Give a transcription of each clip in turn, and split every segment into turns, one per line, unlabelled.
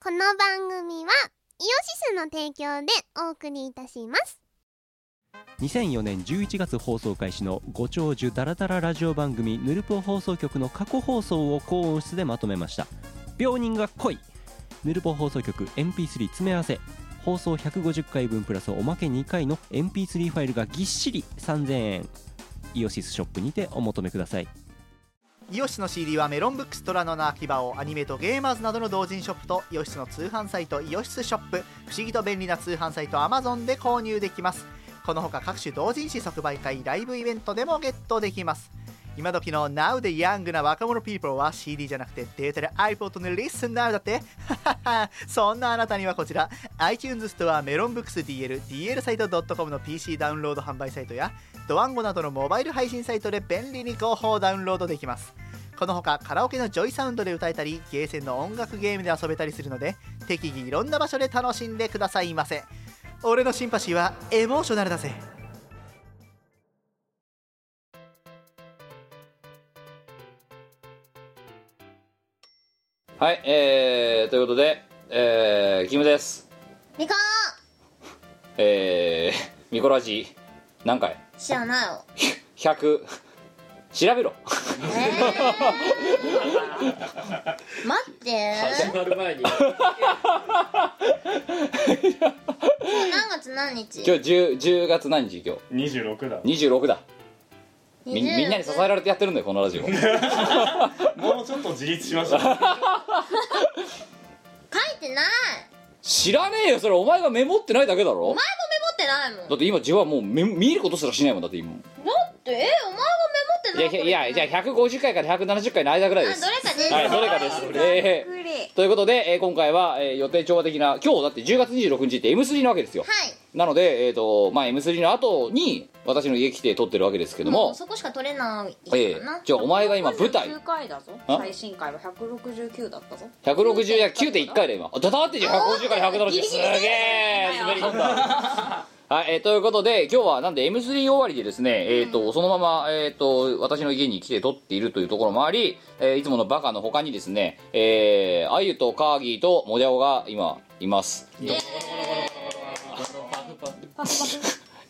この番組はイオシスの提供でお送りいたします
2004年11月放送開始のご長寿ダラダララジオ番組ヌルポ放送局の過去放送を高音質でまとめました病人が来いヌルポ放送局 MP3 詰め合わせ放送150回分プラスおまけ2回の MP3 ファイルがぎっしり3000円イオシスショップにてお求めください
イオシスの CD はメロンブックストラノの秋葉をアニメとゲーマーズなどの同人ショップとイオシスの通販サイトイオシスショップ不思議と便利な通販サイト Amazon で購入できますこのほか各種同人誌即売会ライブイベントでもゲットできます今時の Now でヤングな若者 people は CD じゃなくてデータで iPod の Listen Now だって そんなあなたにはこちら iTunes ストアメロンブックス DL DL サイト .com の PC ダウンロード販売サイトやドワンゴなどのモバイル配信サイトで便利に広報ダウンロードできますこのほかカラオケのジョイサウンドで歌えたりゲーセンの音楽ゲームで遊べたりするので適宜いろんな場所で楽しんでくださいませ俺のシンパシーはエモーショナルだぜ
はい、えー、ということで、えー、キムです。
みこ
えー、ミ コラジ、何回
知らないよ
?100。調べろ。
えー、待って
始まる前に
何月何日
今日 10, 10月何日今
26だ
日 ?26 だみ。
20
みんなに支えられてやってるんだよ、このラジオ。書
もうちょっと自立しましょう
書いてない
らねえよ、それお前がメモってないだけだ
お前
ろ
もメモ。ってないもんだ
だって今、自分はもうメモ見えることすらしないもんだって今。
ってえお前がメモって
い
な
や
い
いや、いや、じゃあ150回から170回の間ぐらい
あ
です。
どれかです
はい、どれかです。えー
びっくり
ということで、えー今回は、えー予定調和的な今日だって10月26日って M3 なわけですよ
はい
なので、えーとまあ、M3 の後に私の家来て撮ってるわけですけど
も
も
う、そこしか取れない
え
かな、
ーじゃあお前が今舞台
9回だぞ
あ
最新回は169だったぞ
160や9.1回だ今あだだってじゃん150から170
ギリ
す
ギ
げ
リです
え滑り込んだはい、えーということで今日はなんで M3 終わりでですね、えーとそのまま、えー、と私の家に来て撮っているというところもあり、えーいつものバカの他にですね、えー、あゆとカーギーとモジャオが今います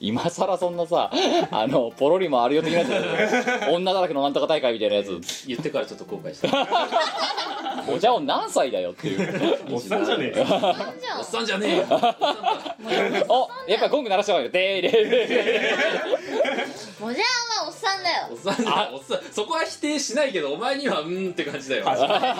今さらそんなさ あのポロリもあるよ的なやつ 女だらけのなんとか大会みたいなやつ
言ってからちょっと後悔した
おじゃお何歳だよって いう
おっさんじゃねえよ
じゃ
おっ
あ
さんじゃねえよ
おやっぱゴング鳴らした方がいいよでーでーで
モジャオはおっさんだ
お
よ
っさんじゃおっさんそこは否定しないけどお前にはうーんって感じだよ
マジマジうんっ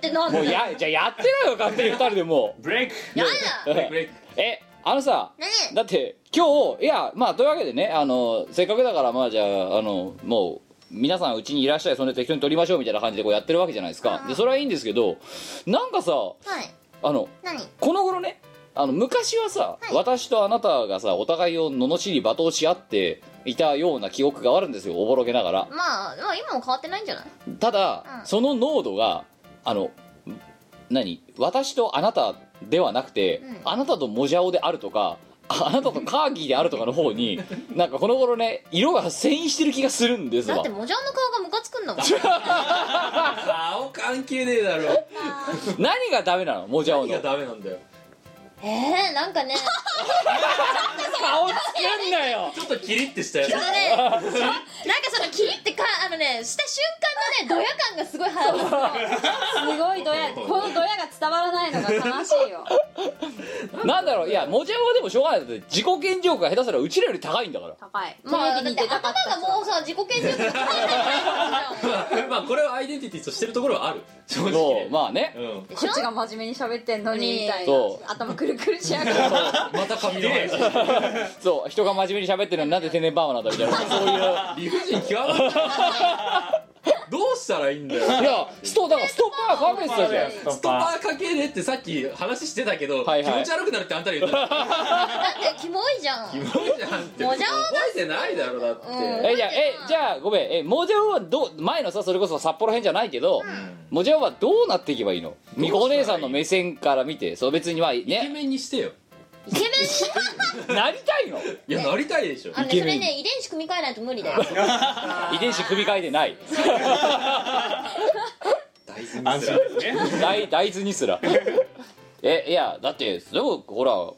てな
ー
ん
も
だ
う
よ
やじゃあやってないよ勝手に2人でも
ブレイク
やだ
う
ブレイク
えあのさ
何
だって今日いやまあというわけでねあのせっかくだからまあじゃああのもう皆さんうちにいらっしゃいそれで適当に撮りましょうみたいな感じでこうやってるわけじゃないですかでそれはいいんですけどなんかさ
はい
あの
何
この頃ねあの昔はさ、
はい
私とあなたがさお互いを罵り罵倒し合っていたような記憶があるんですよおぼろげながら
まあまあ今も変わってないんじゃない
ただ、
うん
その濃度があのん何私とあなたではなくて、
うん
あなたとモジャオであるとかああなたとカーギーであるとかの方 になんかこの頃ね色が遷移してる気がするんです
だっ
わ
てモジャオの顔がムカつくんだもん
顔関係ねえだろ
何がダメなのモジャオ
何が
の
ダメなんだよ
えー、なんかね
顔作んなよ
ちょっとキリッてしたやつ
あ のねなんかそのキリってかあのねした瞬間のねドヤ感がすごい早い
すごいドヤこのドヤが伝わらないのが悲しいよ
なんだろういやモジャオはでもしょうがないだって自己顕示欲が下手すらうちらより高いんだ から
高い
まあ
テ
だ
レ
っ
ビに
て
出
頭
たかった
が
人
もうさ自己顕示欲が高いじゃん
まあこれはアイデンティティとしてるところはある正直
そ
ね
うまあね
うん
でし
こ
ょ
っちが真面目に喋ってんのにみたいな
そう
頭くるくるしや がる
また髪の 話
そう人が真面目に喋ってるのになんで天然パーマなんだみたいなそういう
理不尽極まったどうしたらいいんだよ
いやストだからストッパーかけてたじゃん
ス
ストッパーかけねってさっき話してたけど、
はいはい
気持ち悪くなるってあんたら言 ってた
だってキモいじゃん
キモいじゃんって
も
覚
じゃおだ
えてないだろだって、
うん
えじゃあえじゃあごめんえモジャオはどう前のさそれこそ札幌編じゃないけど、モジャオはどうなっていけばいいのみこお姉さんの目線から見てそう別には
イケ
ね
メンにしてよ
イケメン
なりたいの
いやなりたいでしょ
あの
イ
ね
ケ
そ
メン
れね遺伝子組み換えないと無理だよ
遺伝子組み換えてない
大事に
安
す
心で
る
す ね
大大豆にす らえいやだってでもほら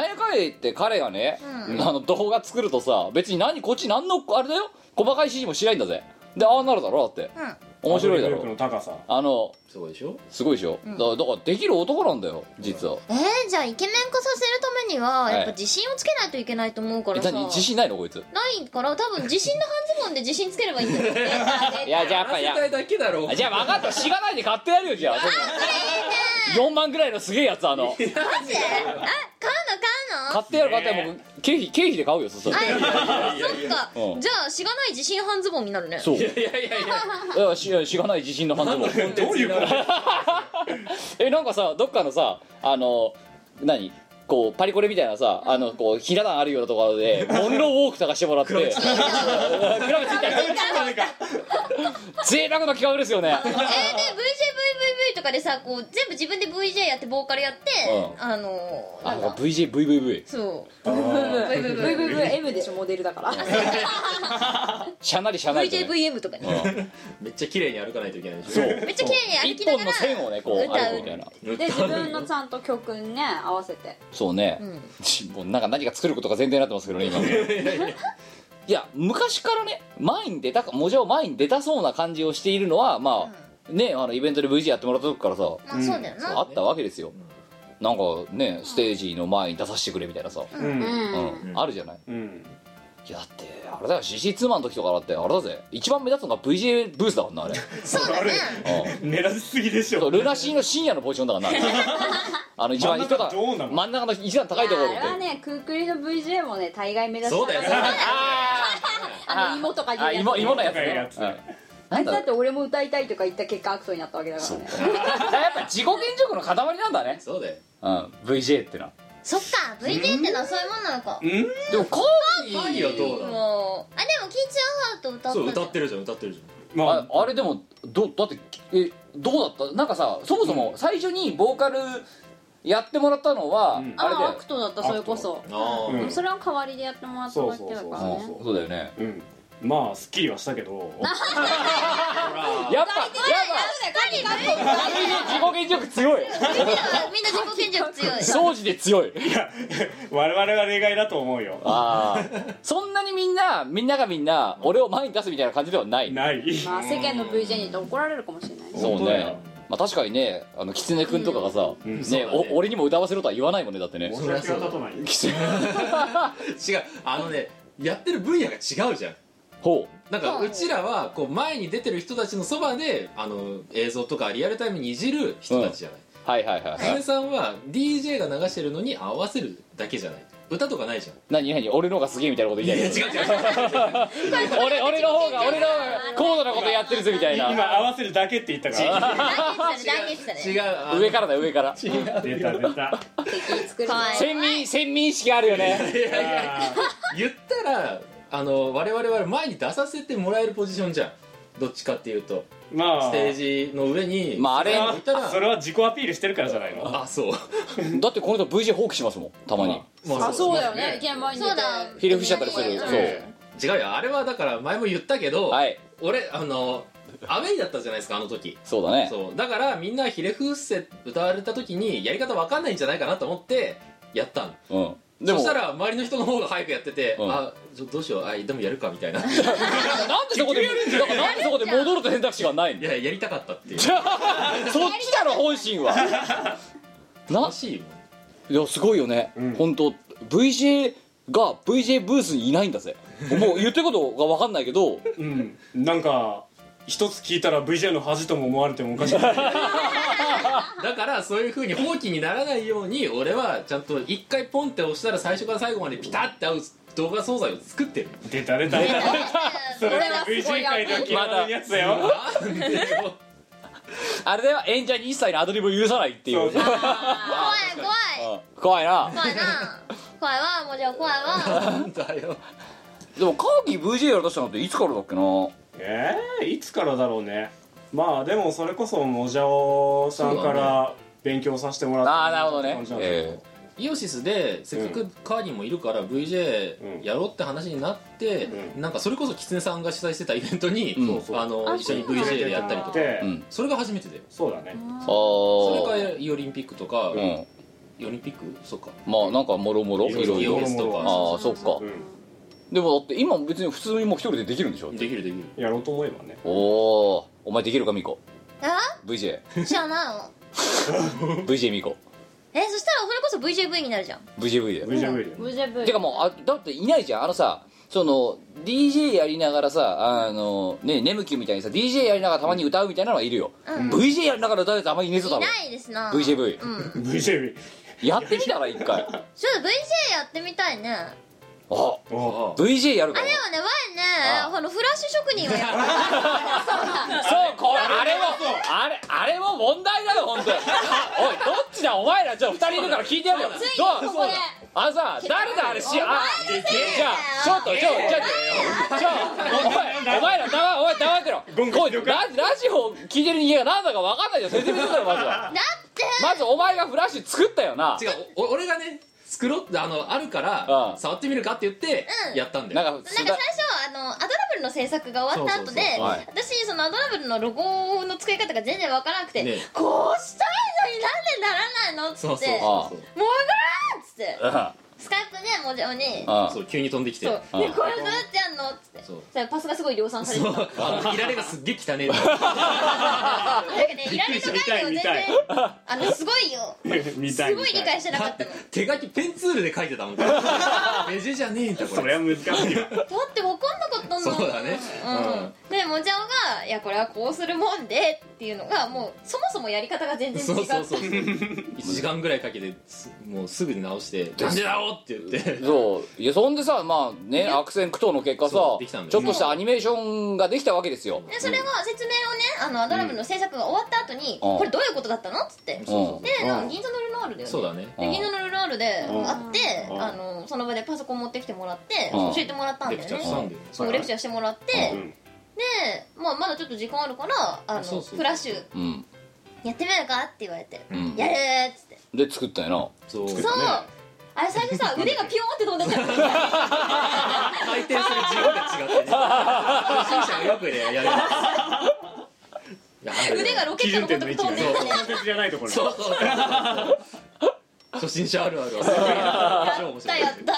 なんやかんや言って彼がね、
うん
あの動画作るとさ別に何こっち何のあれだよ細かい指示もしないんだぜでああなるだろだって
うん
面白いだ
アドリブ
ろ
力の高さ
あの
そうでしょ
すごいでしょ、
う
だ
ん
からだからできる男なんだよ実は、
えー、じゃあイケメン化させるためには
はい
やっぱ自信をつけないといけないと思うか
え
らさ、
何自信ないのこいつ
ないから多分自信の半ズボンで自信つければいいん だよね
いやじゃあやっぱいや
やらせたいだけだろ
あじゃあ分かったしがないで買ってやるよじゃあ4万ぐらいのすげえやつあの買
マジあ買うの買うの
ってやる買ってやる僕経費経費で買うよそしたら
あ そっか
うん
じゃあしがない自信半ズボンになるね
そう
いやいやいやいや
いやししがない自信の半ズボン
どういうこと
えなんかさどっかのさあの何こうパリコレみたいなさあのこうひな壇あるようなところでモンローウォークとかしてもらってクラブつい た贅沢な企画ですよね
えー、で VJVVV とかでさこう全部自分で VJ やってボーカルやって、
うん
あのー
あ
なんだ
VJVVV
そう
ブブブブ ブブブブ M でしょモデルだから
しゃなりしゃなりとね
VJVM とかね
めっちゃ綺麗に歩かないといけないでしょ
そう
めっちゃ綺麗に歩き
一
な
本
が
の
ら
線をねこう歩くみたいな
で自分のちゃんと曲にね合わせて
そうね、 もうなんか何か作ることが前提になってますけどね 今いや昔からね前に出たか文字を前に出たそうな感じをしているのはまあ、ねあのイベントで VG やってもらった時からさ、
まあそうだよな、
あったわけですよ、なんかねステージの前に出させてくれみたいな
う
さ、
うん
うん
ん
あるじゃない
うん
いやだってあれだよ CC2 マンの時とかだってあれだぜ一番目立つのが VJ ブースだもんなあれ、
そうだね
うん
狙いすぎでし
そう
ょ
ルナシーの深夜のポジションだ からなあの一番一段
真ん中の女王なの
真ん中の一段高いところ
い
で
やあれはねクークリの VJ もね大概目指して
そうだよね
あの芋とかいう
あ
やつ
芋芋のやつ
芋の
ね
やつね
うん
あいつだって俺も歌いたいとか言った結果悪党になったわけだからね
だからやっぱ自己顕示欲の塊なんだね、
そうだよ
うん、VJ ってな
そっか VJ ってのはそういうもんなのか
うん
でもコ
パーリーはどうだろ
もうあでもキーチアハート歌った
そう歌って
る
るじゃん歌ってるじゃ
ま
あ
あ
あれでもどだってえどうだったなんかさそもそも最初にボーカルやってもらったのは、
うん
あれだ
あ
よ
悪党だったそれこそ
んああ、
うん
それは代わりでやってもらっただけだから
うん
ね
そう
そうだよね
うんまあすっきりはしたけど
やっぱやっぱ
みんな
自己顕示欲強い
みんな自己顕示欲強い
掃除で強い
我々は例外だと思うよ
ああそんなにみんなみんながみんな俺を前に出すみたいな感じではない
ない
まあ世間の VJ に言って怒られるかもしれないし
そう
本当だよ
ねまあ確かにねあの狐くんとかがさ、
ん
ね
そうだね
お俺にも歌わせろとは言わないもんねだってね
申し訳が立たない
違うあのねやってる分野が違うじゃん
ほう
なんか
はいう
ちらはこう前に出てる人たちのそばであの映像とかリアルタイムにいじる人たちじゃな
はい
い
はいはい、
娘、
はい、
さんは DJ が流してるのに合わせるだけじゃない歌とかないじゃん
何何俺の方がすげえみたいなこと言いたい
違う違う
俺俺の方が俺の方が高度なことやってるぜみたい
今
な
合わせるだけって言ったか
大決だね大決だね
違うあの
上からだよ上から
ら出た出た
敵作る
か
の
わいい
先民先民意識あるよね
あ
言ったらあの我々は前に出させてもらえるポジションじゃんどっちかっていうと
ーまあ
ステージの上に
まああれ
置いたら
それは自己アピールしてるからじゃないの
あそう
だってこの人 VJ 放棄しますもんたまに
ま
あそうだよね意見前に出て
そうだ
ひれ伏しちゃったりする
うん
そ
違うよあれはだから前も言ったけど、
うはい
俺あのアウェイだったじゃないですかあの時
そうだね
そうだからみんなひれ伏せ歌われた時にやり方わかんないんじゃないかなと思ってやったの
うんで
そ
も
した
なんで
ら周りの人の方が早くやってて、
うん
あちょどうしようあでもやるかみ たいない
そこでだからなんでそこで戻ると選択肢がない の
ややりたかったっていう
そっちだろ本心はな
楽しいもん
いやすごいよね、
うん
本当 VJ が VJ ブースにいないんだぜもう言ってることが分かんないけど
うんなんか一つ聞いたら VJ の恥とも思われてもおかしくない
だからそういうふうに放棄にならないように俺はちゃんと一回ポンって押したら最初から最後までピタッて合う動画素材を作ってる
出た出た出たそれは VJ 界では嫌われるやつだよ
なんでよ
あれでは演者に一切のアドリブを許さないっていう
そう
怖い怖い
うん怖いな
怖いな怖いわもうじゃあ怖いわ
なんだよ
でもカーキー VJ やら出したのっていつからだっけな
えー、いつからだろうねまあでもそれこそもじゃおさんから勉強させてもらった
ああなるほどね
感じなんだけど
え
イオシスでせっかくカーリンもいるから VJ やろうって話になって、
うん
なんかそれこそ狐さんが主催してたイベントに、
うん
そうそう
あの
あ
一緒に
そうなんだ
VJ でやったりとか
で
うん
それが初めてだよ
そうだね
あ
それ
ー
からイオリンピックとか、
うん
イオリンピックそうか
まあなんかもろもろい
い
ろ
ろ
い
い
ろ
ろ
イオリンと
あ
か
ああそっか
うん
でもだって今別に普通にもう一人でできるんでしょ
できるできる
やろうと思えばね
おおお前できるかミコ
あ
VJ
じゃあないの
VJ ミコ
えそしたらそれこそ VJV になるじゃん
VJV で
VJV で
ブジェブ
てかもうあだっていないじゃんあのさその DJ やりながらさあのね眠気みたいにさ DJ やりながらたまに歌うみたいなのはいるよ、
うん
VJ やりながら歌うやつあんまりいねえぞ多分
いないですな
VJV
うんちょっ
VJV
やってみたら一回
と VJ やってみたいねあ
あ
あ
あ
VJ やるか
れ
も
はね前ね
あ
あのフラッシュ職人をやる
そうこあれもあれあれも問題だよ本当においどっちだお前らじゃあ2人いるから聞いてやるよど
ついにここ
う
で
あのさ誰だあれしあ
前のせいだよ
じゃあちょっとちょちょちょちょおいお前ら黙お前黙ってろ
ゴンゴン
こいララジオ聞いてる人間が何だか分かんないじゃん説明するだろまずは
だって
まずお前がフラッシュ作ったよな
違うおお俺がね作ろうってあのあるか
あ
ら
あ
触ってみるかって言って
うん
やったんだ
な
よ、
んか
なんか最初あのアドラブルの制作が終わった後で
そうそうそう
はい
私そのアドラブルのロゴの作り方が全然わからなくて、
ね
こうしたいのになんでならないのっつ
そう
っ
そう
て「
そうそう
もぐら!」っつって
あ
スカイプでもじおに「
あ
そう急に飛んできて
そう
あ
でこれどうやってやんの?」っつって
そう
それパスがすごい量産されて
そ
た
うあのいられがすっげえ汚ねえ の
なんかねいられの概念を全然あのすごいよ
見たい
すごい理
見た
解してなかったのだ
手書きペンツールで書いてたもんメジじゃねえんだこ
それ
れ
は難しいよ
って分かんなかったの
そうだね
うんでもじゃおが「いやこれはこうするもんで」っていうのがもうそもそもやり方が全然
そ
違
う
った
そうそう1時間ぐらいかけてすもうすぐに直して「なんでだろう?」って言って
そういやそんでさまあね悪戦苦闘の結果さ
そうできたんだよ
ちょっとしたアニメーションができたわけですよ
でそれは説明をねあのアドラブの制作が終わった後に、
うん
これどういうことだったのっつって、
そうそう
でなんか銀座のルノールだよね
そうだね
で銀座のルノールで
うん
会って、
うん
あのその場でパソコン持ってきてもらって、
うん
教えてもらったん
レ
だ
ク
よ
チャー
ね、
したんで
そうレクチャーしてもらって、
う
うん
で、まあ、まだちょっと時間あるからあの
そうそう
フラッシュ
うん
やってみるかって言われて「
ん
やる!」っつって、
で作ったよ
そう
そう
回
あれ最初さ腕がピヨーンって飛んでったよ
転する時間が違ってね初心者がよくねやるやる
腕がロケ
基
ットの
準点
ごと
の位
く
置
飛
が
ん
ね
で
そう
いって
鉄じゃないところ
そうそうそう 初心者あるあるは超
や
面
った
白い
やった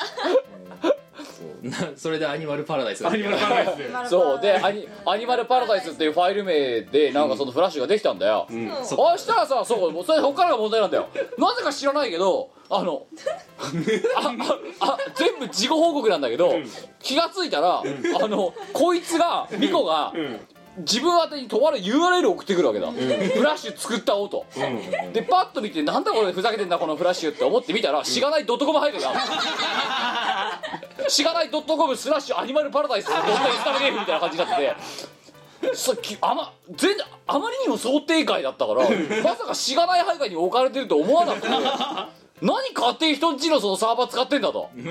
そうなそれでアニマルパラダイスが
アニマル考えて
なそうでアニアニマルパラダイスっていうファイル名でなんかそのフラッシュができたんだよ、
ん
そう
そ
あしたらさそうもうそれそっからが問題なんだよなぜか知らないけどあのあああ全部事後報告なんだけど、
ん
気がついたら、あのこいつがミコが
うん
自分宛てにとある URL を送ってくるわけだ、フラッシュ作った音、でパッと見てなんだこれふざけてんだこのフラッシュって思ってみたらしがない .com 入るよしがない .com スラッシュアニマルパラダイスどんなエスタメゲームみたいな感じになっててそきあま全然あまりにも想定外だったからまさかしがない配下に置かれてると思わなくて何勝手に人んちのそのサーバー使ってんだとで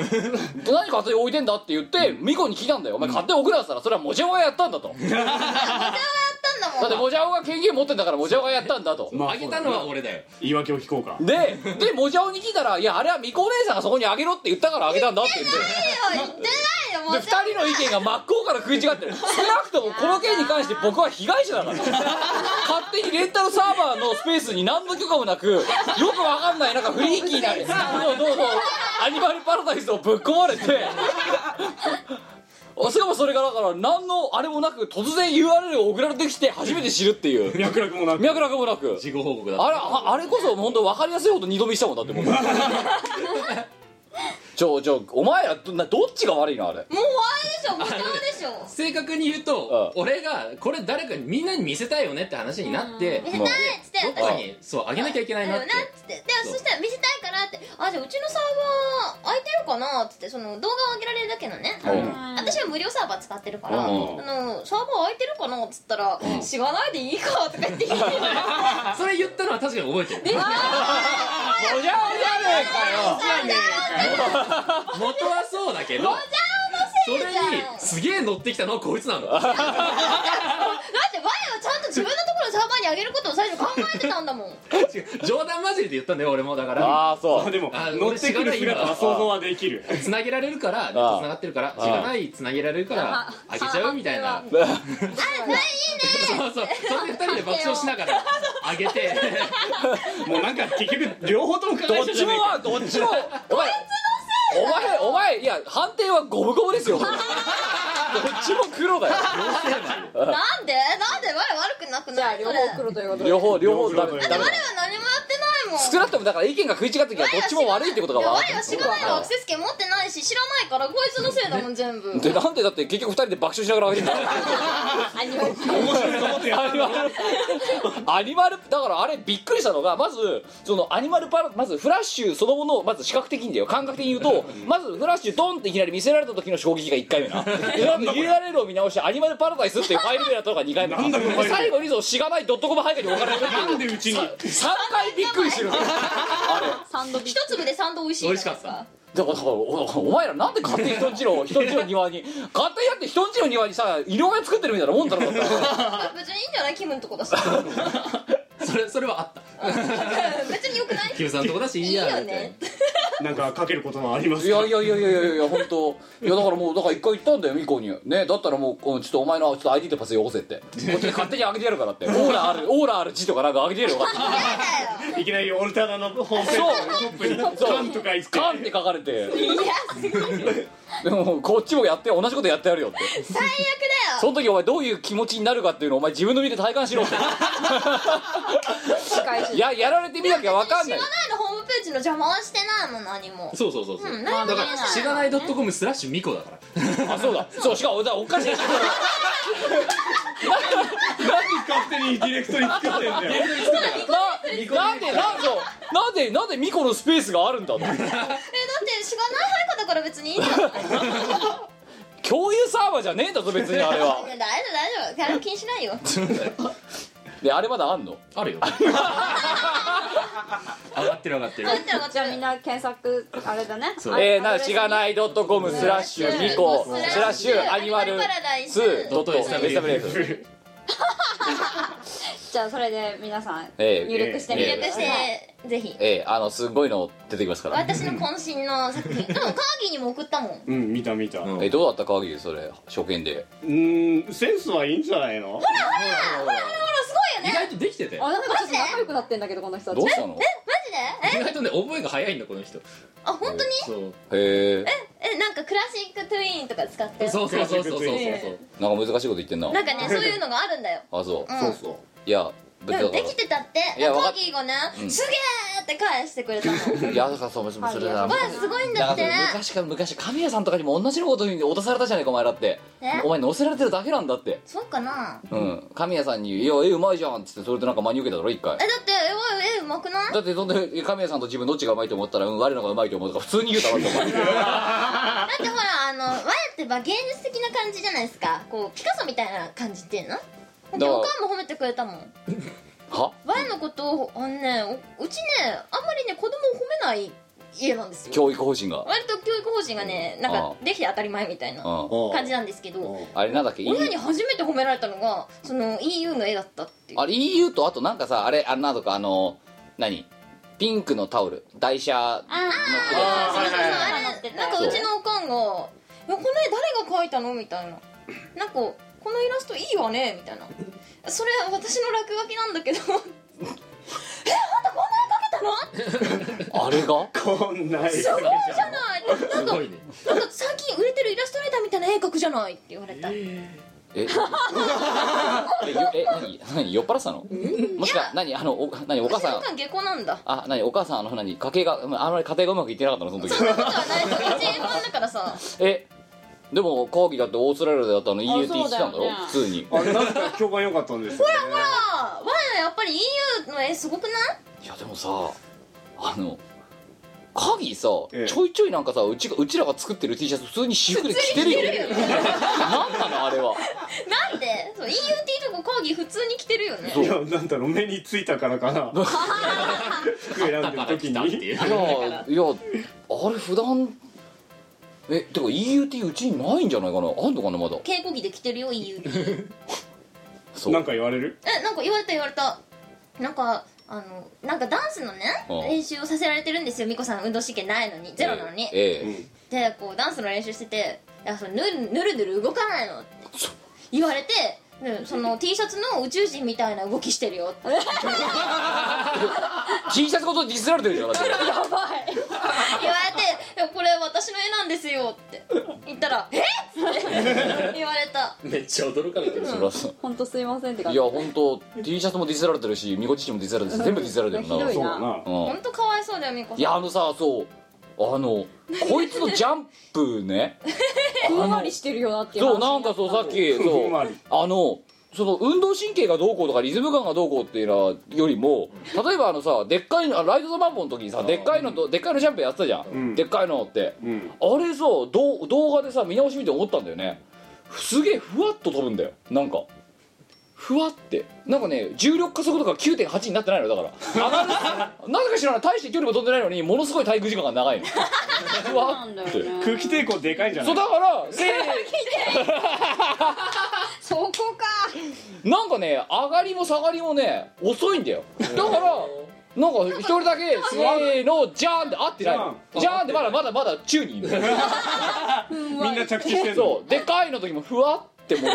何勝手に置いてんだって言ってミコに聞いたんだよお前勝手に送るなって言ったらそれはもじゃおがやったんだと
やったんだも
だ
ん
ってもじゃおが権限持ってんだからもじゃおがやったんだと
うあげたのは俺だよ
言い訳を聞こうか
ででもじゃおに聞いたら「いやあれはみこお姉さんがそこにあげろって言ったからあげたんだ」って言って
いいよ言ってないよも
で
う
2人の意見が真っ向から食い違ってる少なくともこの件に関して僕は被害者だから勝手にレンタルサーバーのスペースに何の許可もなくよくわかんないなんかフリーキーなどうどうどうアニマルパラダイスをぶっ込まれて しかもそれがだから何のあれもなく突然 URL を送られてきて初めて知るっていう
脈絡もなく
脈絡もなく
事後報告だった
あれああれこそ本当分かりやすいほど二度見したもんだって もうちょちょお前らどなどっちが悪いのあれ
もう終わりでしょもう終わりでしょ
正確に言う
ああ
と俺がこれ誰かにみんなに見せたいよねって話になって
見せたいっつって
どっかにそうあげなきゃいけないな
だ
っ
よ
て
なっつってでそしたら見せたいからってあじゃあうちのサーバー空いてるかなっつってその動画を上げられるだけのねあ
うん
の私は無料サーバー使ってるからあ
うん
のサーバー空いてるかなっつったら「知らないでいいか」とか言って聞いてる
それ言ったのは確かに覚えてる
おじゃおじゃね
元はそうだけどそれにすげえ乗ってきたのはこいつなの
だってワイはちゃんと自分のところサーバーにあげることを最初考えてたんだもん
冗談交じりで言ったんだよ俺もだから
ああそう
でも
あ俺
乗ってくる
知らない
姿は想像はできる
つなげられるからネットつながってるから知らないつなげられるから
あ
あげちゃうみたいな
あ
そうそうそれで2人で爆笑しながらあげて
もうなんか結局両方とも加
ど
害
っ
者じ
ち
ゃ
も
ね
はどっちもお前お前お前いや判定は五分五分ですよどっちも黒だよ
なんでなんで我悪くなく
じゃ
な
あ
い
両
そ
方
れだって
黒ということで
両方両方ダ
両
メ
方
ダメ
我
だ
は何もやってないもん
少なくともだから意見が食い違った時はどっちも悪いってことが
いや
分
我は知らないのアクセス権持ってないし知らないからこいつのせいだもん全部
でなんでだって結局二人で爆笑しながらあげてんだよ
あにわい
アニマルアニマルだからあれびっくりしたのがまずそのアニマルパラまずフラッシュそのものをまず視覚的にだよ感覚的に言うとまずフラッシュドンっていきなり見せられた時の衝撃が1回目 なでなんか URL を見直してアニマルパラダイスっていうファイル名だったのが2回目
なんだこのファイル名
最後にそのしがないドットコム配下に置かれてる
なんでうちに
3回びっくりしてるんだよ
サンドビッ
一粒で三度美味しい
美味しかった
だからおお前らなんで勝手に人んちの人んちの庭に勝手にやって人んちの庭にさ医療屋作ってるみたいなもんだろだったら
別にいいんじゃないキムのとこ だし別
それそれはあった
によくない
キムさんのとこだしい
い
い
い
や
よ
みたいな
ね
なんかかけることもあります
いやいやいやいやいやいや本当いやだからもうだから一回言ったんだよミコにねだったらもうこのちょっとお前のちょっと ID とパスよこせってこっちで勝手に上げてやるからってオーラあるオーラある字とかなんか上げてやるよ勝 手に
いきなりオルタナのホームページのトップに
そう
カンとか言って
カンって書かれてでもこっちもやって同じことやってやるよって
最悪だよ
その時お前どういう気持ちになるかっていうのをお前自分の身で体感しろって
仕返し
いややられてみなきゃ分かんない
知らないのホームページの邪魔はしてないもん何も
そうそうそうそう、
うん
まあだか
何も言え
ら
ない
しがない .com スラッシュミコだから
あそうだそうしかもだからおかしい
勝手にディレクトに作ってんだよ
ななんでなんでなんでなんでミコのスペースがあるんだと
えだってしがない配下だから別にいいんじゃない大丈
共有サーバーじゃねえんだぞ別にあれ は
夫大丈夫誰も気にしないよ
であれまだあんの
あるよ上がってる上 がってる
だってなかっ
じ
た
ゃあみんな検索あれだね
そう
えー、なしがない .com スラッシュミコスラッシュアニマル
パラダイス
スドットエスタブレイク
じゃあそれで皆さん
ええ
入力してみ
入
て
力
くだ
し
さい
てぜひ
えー、あのすごいの出てきますから
私の渾身の作 品でもカーギーにも送ったもん
うん見た見た
う
うん
えーどうだったかぎそれ初見で
ーんセンスはいいんじゃないの
意外とできてて
あなんかちょっと仲良くなってんだけどこの人た
どう
ち
したの
マジでえ
意外とね覚えが早いんだこの人
あ本当に
そう
へえ
えなんかクラシックトゥイーンとか使って
そうそうそうそうそうそう
え
なんか難しいこと言ってんな
なんか ねそういうのがあるんだよ
あそう、
うん
そう
いや
でもできてたって
いや
カ
わかっ
ーギーがね
うん
すげーって返してくれ たの
いやだからそうそれだ
わあすごいんだ
だ
っ
か
て
ら昔から昔神谷さんとかにも同じようなことに脅されたじゃないかお前らって
え
お前乗せられてるだけなんだって
そうかな
うん神谷さんに「いやえうまいじゃん」っつってそれでなんか真に受けただろ一回
えだってえわえうまくない
だってそんで神谷さんと自分どっちがうまいと思ったら「うん我の方がうまいと思う」とか普通に言うだろってお前
だってほらあの和ってば芸術的な感じじゃないですかこうピカソみたいな感じっていうので
どう
おかんも褒めてくれたもん
は
ワイのことをあのねおうちねあんまりね子供を褒めない家なんですよ
教育方針が
割と教育方針がねなんか
う
できて当たり前みたいな
うん
感じなんですけど
あれなんだっけ
親に
EU
初めて褒められたのがその EU の絵だったっていう
あれ EU とあとなんかさあれあれなんとかあの何ピンクのタオル台車
あ
あーそうそうそうあ
はいはい
れなんかうちのおかんが「いやこの絵誰が描いたの?」みたいな「なんかこのイラストいいわね」みたいな「それ私の落書きなんだけど」「えあんたこんな絵描けたの?」
あれが
こんな絵
すごいじゃないなん
す
か
ごいね
なんか最近売れてるイラストレーターみたいな絵描くじゃないって言われたい
ええよえ何何酔っ払ってたのもしか何あのお何お
や
母
私
さ
のお
ん
かん下戸なんだ
あ何お母さんあの何家計がうんあんまり家庭がうまくいってなかったのその時
そんなことはないですうち円盤だからさ
えでも講義だってオーストラリアだってあの EU って言っ
そ
て
うだ
たん
よね
だろ普通に
あれなんか評判良かったんですよね
あわややっぱり EU の絵すごくない
いやでもさあの鍵さ、
ええ
ちょいちょいなんかさうちがうちらが作ってる T シャツ普通に私服で着てるよ何なのあれは
なんでそう EU っていうとこ講義普通に着てるよね
そう
いやなんだろう目についたからかな服選んでる時
来たって
に
いう
いやいやあれ普段えてか EUT うちにないんじゃないかなあんのかなまだ
稽古着で着てるよ EU って
そう
なんか言われる
えなんか言われた言われたなんかあのなんかダンスのね
うん
練習をさせられてるんですよ美子さん運動神経ないのにゼロなのに、
ええ
でこうダンスの練習してて「いやそのぬるぬるぬる動かないの」って言われてでその T シャツの宇宙人みたいな動きしてるよってや
T シャツごとディスられてるでしょだって
ばい
言われていや「これ私の絵なんですよ」って言ったら「えっ!」って言われた
めっちゃ驚かれてる
そりゃそう
本当すいませんって
いや本当 T シャツもディスられてるしみこちちもディスられてるし全部ディスられてる
ひどい
そう
な
だな
うん
本当かわいそうだよ美子さん
いやあのさそうあのこいつのジャンプね
ふんわりしてるよなっていう話
そうなんかそうさっき
ふ
そ
んわ
う
り
あのその運動神経がどうこうとかリズム感がどうこうっていうのよりも例えばあのさでっかいのあライト・ザ・マンボの時にさでっかいのとでっかいのジャンプやってたじゃん、
ん
でっかいのって
うん
あれさどう動画でさ見直し見て思ったんだよねすげえふわっと飛ぶんだよなんかふわってなんかね重力加速度が9.8になってないのだから上がる なぜか知らない大して距離も飛んでないのにものすごい滞空時間が長いのふ
そう
わ
なんだ
っ
よ
て
ね
空気抵抗でかいんじゃな
そ
いう
だからせ
そこか
なんかね上がりも下がりもね遅いんだよだからなんか一人だけ「せーのじゃーん」って合ってないのじ
じ
ゃーんってまだまだまだ宙にいる
みんな着地してる
そうでかいの時もふわって もう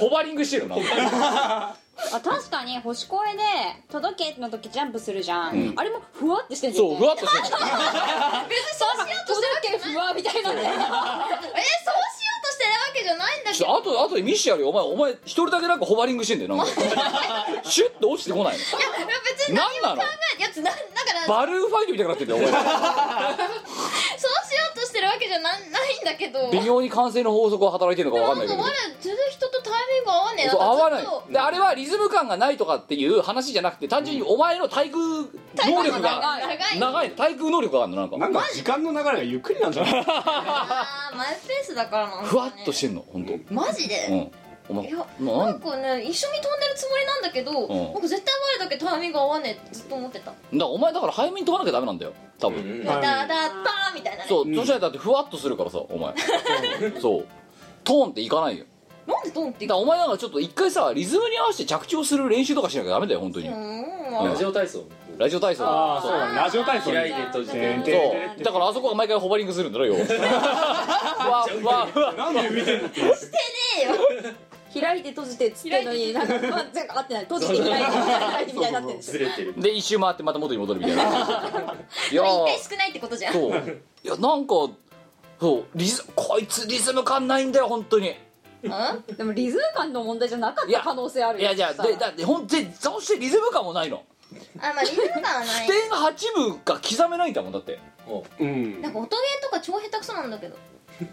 ホバリングしてるな
あ確かに星越えで「届け」の時ジャンプするじゃん、あれもふわってしてる
そうふわっとしてる
別にそうしようとしてる
届けふわみた いなんだよ
えそうしようとしてるわけじゃないんだけ
ち
ど
ょっとあとあとで見してやるよお前お前一人だけなんかホバリングしてんだよなん かシュッと落ちてこない
いや別
の
に何
何なの
いやつなだから
バルーンファイトみたいになってんだよお前
そうしようとしてるわけじゃなないんだけど
微妙に完成の法則が働いてるのか
な
わ
ん
かんない
か
けど
我全然人とタイミング合わねえな
そう合わない
ちょっと
であれはリズム感がないとかっていう話じゃなくて単純にお前の対空能力が
長い
長い
長い対空能力があるのなんか
なんか時間の流れがゆっくりなんじゃない
あーマイペースだからなんだね
ふわっとしてんの本当う
マジで、
んお前
いや
な
なんかね一緒に飛んでるつもりなんだけど、
ん
僕絶対我だけタイミング合わねえってずっと思ってた、
だお前だから早めに飛ばなきゃダメなんだよ多分、
うん
ダダダダーみたいなね
そう、そしたらだってふわっとするからさお前そうトーンっていかないよ
なんでドンって
だから
言う
お前なんかちょっと一回さリズムに合わせて着地をする練習とかしなきゃダメだよ本当に、
のうん
うん
ラジオ体操
ラジオ体操
ああそうだラジオ体操
開いて閉じて
てん
そ
てん
うだからあそこが毎回ホバリングするんだろよふわふわふわ
なんで見てんのって
開いて閉じてっつってんのになんかまあ全部合ってない閉じて開いて開いてみたいになってるんです
ずれてる
で一周回ってまた元に戻るみたいないやー
一回少ないってことじゃん
そういやなんかそうリズこいつリズム感ないんだよ本当に
うん
でもリズム感の問題じゃなかっ
いや
た可能性ある
いやじゃあでだってほんでそしてリズム感もないの
あまあリズム感はな
点
い
8分が刻めないんだもんだって
うん
なんか音ゲーとか超下手くそなんだけど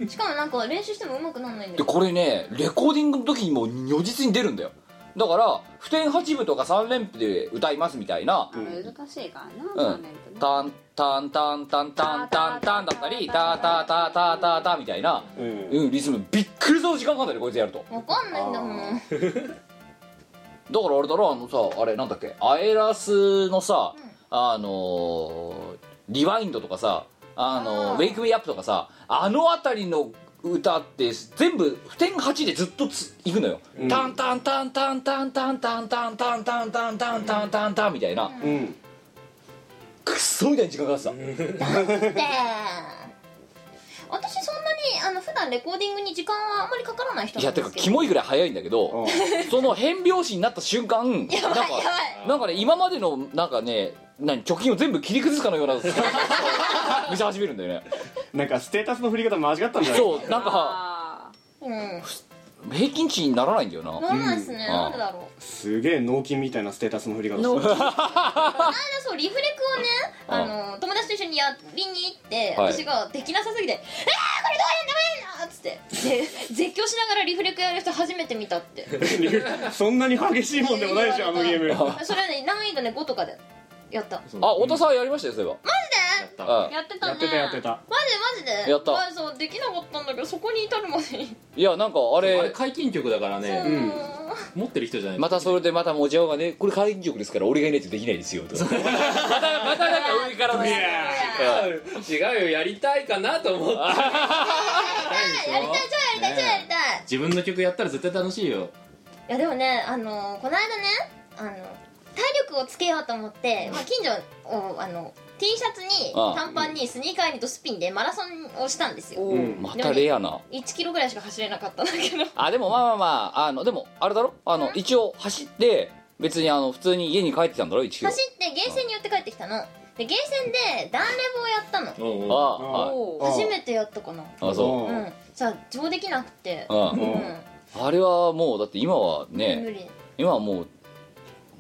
しかもなんか練習しても上手くなんないんだ
で
よ
これねレコーディングの時にもう如実に出るんだよだから不点8分とか3連符で歌いますみたいな
あ難しいから
う
な、
ん
メントね
タンタンタンタンタンタンタンだったりタタタタタタみたいな、
うん
うん、リズムびっくりする時間かかんだよこいつやると
わかんないんだもん
だからあれだろあのさあれなんだっけアエラスのさ、あのーリワインドとかさあの
あー
ウェイクウェイアップとかさあの辺りの歌って全部不点8でずっとついくのよ、タンタンタンタンタンタンタンタンタンタンタンタンタンタンタンみたいな、
うん
クソみたいに時間かかって
で私そんなにあの普段レコーディングに時間はあんまりかからない人
たい
な
や
んで
てか
すけど
キモいぐらい早いんだけど、その変拍子になった瞬間なんか
やばいやばい
なんかね今までのなんかね何貯金を全部切り崩すかのような見せ始めるんだよね
なんかステータスの振り方間違ったんじゃない
そうなんか
あ
うん
平均値にならないんだよな
なんないっすね、
うん
なんでだろう
すげえ脳筋みたいなステータスの振り方してる
この間そうリフレクをね
あ
あの友達と一緒にやりに行って、
はい
私ができなさすぎて「えー、これどうやんのどうやんの!」っつってで絶叫しながらリフレクやる人初めて見たって
そんなに激しいもんでもないでしょあのゲーム
それはね難易度ね5とかでやったマジで
あ太田さんやりましたよそうい
やっ
え
た
ば
ーやってたね
やってたやってた
マジで
やった
まあそうできなかったんだけどそこに至るまでに
うんいやなんかあ
あれ
れ
解禁曲だから
う
ね
ん
持ってる人じゃない
またそれでまた持ち合うがねこれ会議局ですから俺がいないとできないですよとかまたまたなんか上からね
違うよやりたいかなと思って
やりたい超やりたい超やりたい
自分の曲やったら絶対楽しいよ
いやでもねあのこの間ねあの体力をつけようと思って、まあ、近所をあの T シャツに
ああ
短パンにスニーカーにドスピンでマラソンをしたんですよ
おー
またレアな
1キロぐらいしか走れなかったんだけど
あでもまあまあまああのでもあれだろあの一応走って別にあの普通に家に帰ってきたんだろ1キロ
走ってゲーセンに寄って帰ってきたのでゲーセンでダンレボをやったの
うんうん
ああはい
おー
あ
初めてやったかな
あそう
う
うん
じゃあ上できなくて
うん
うん
あれはもうだって今はね
無理
今はもう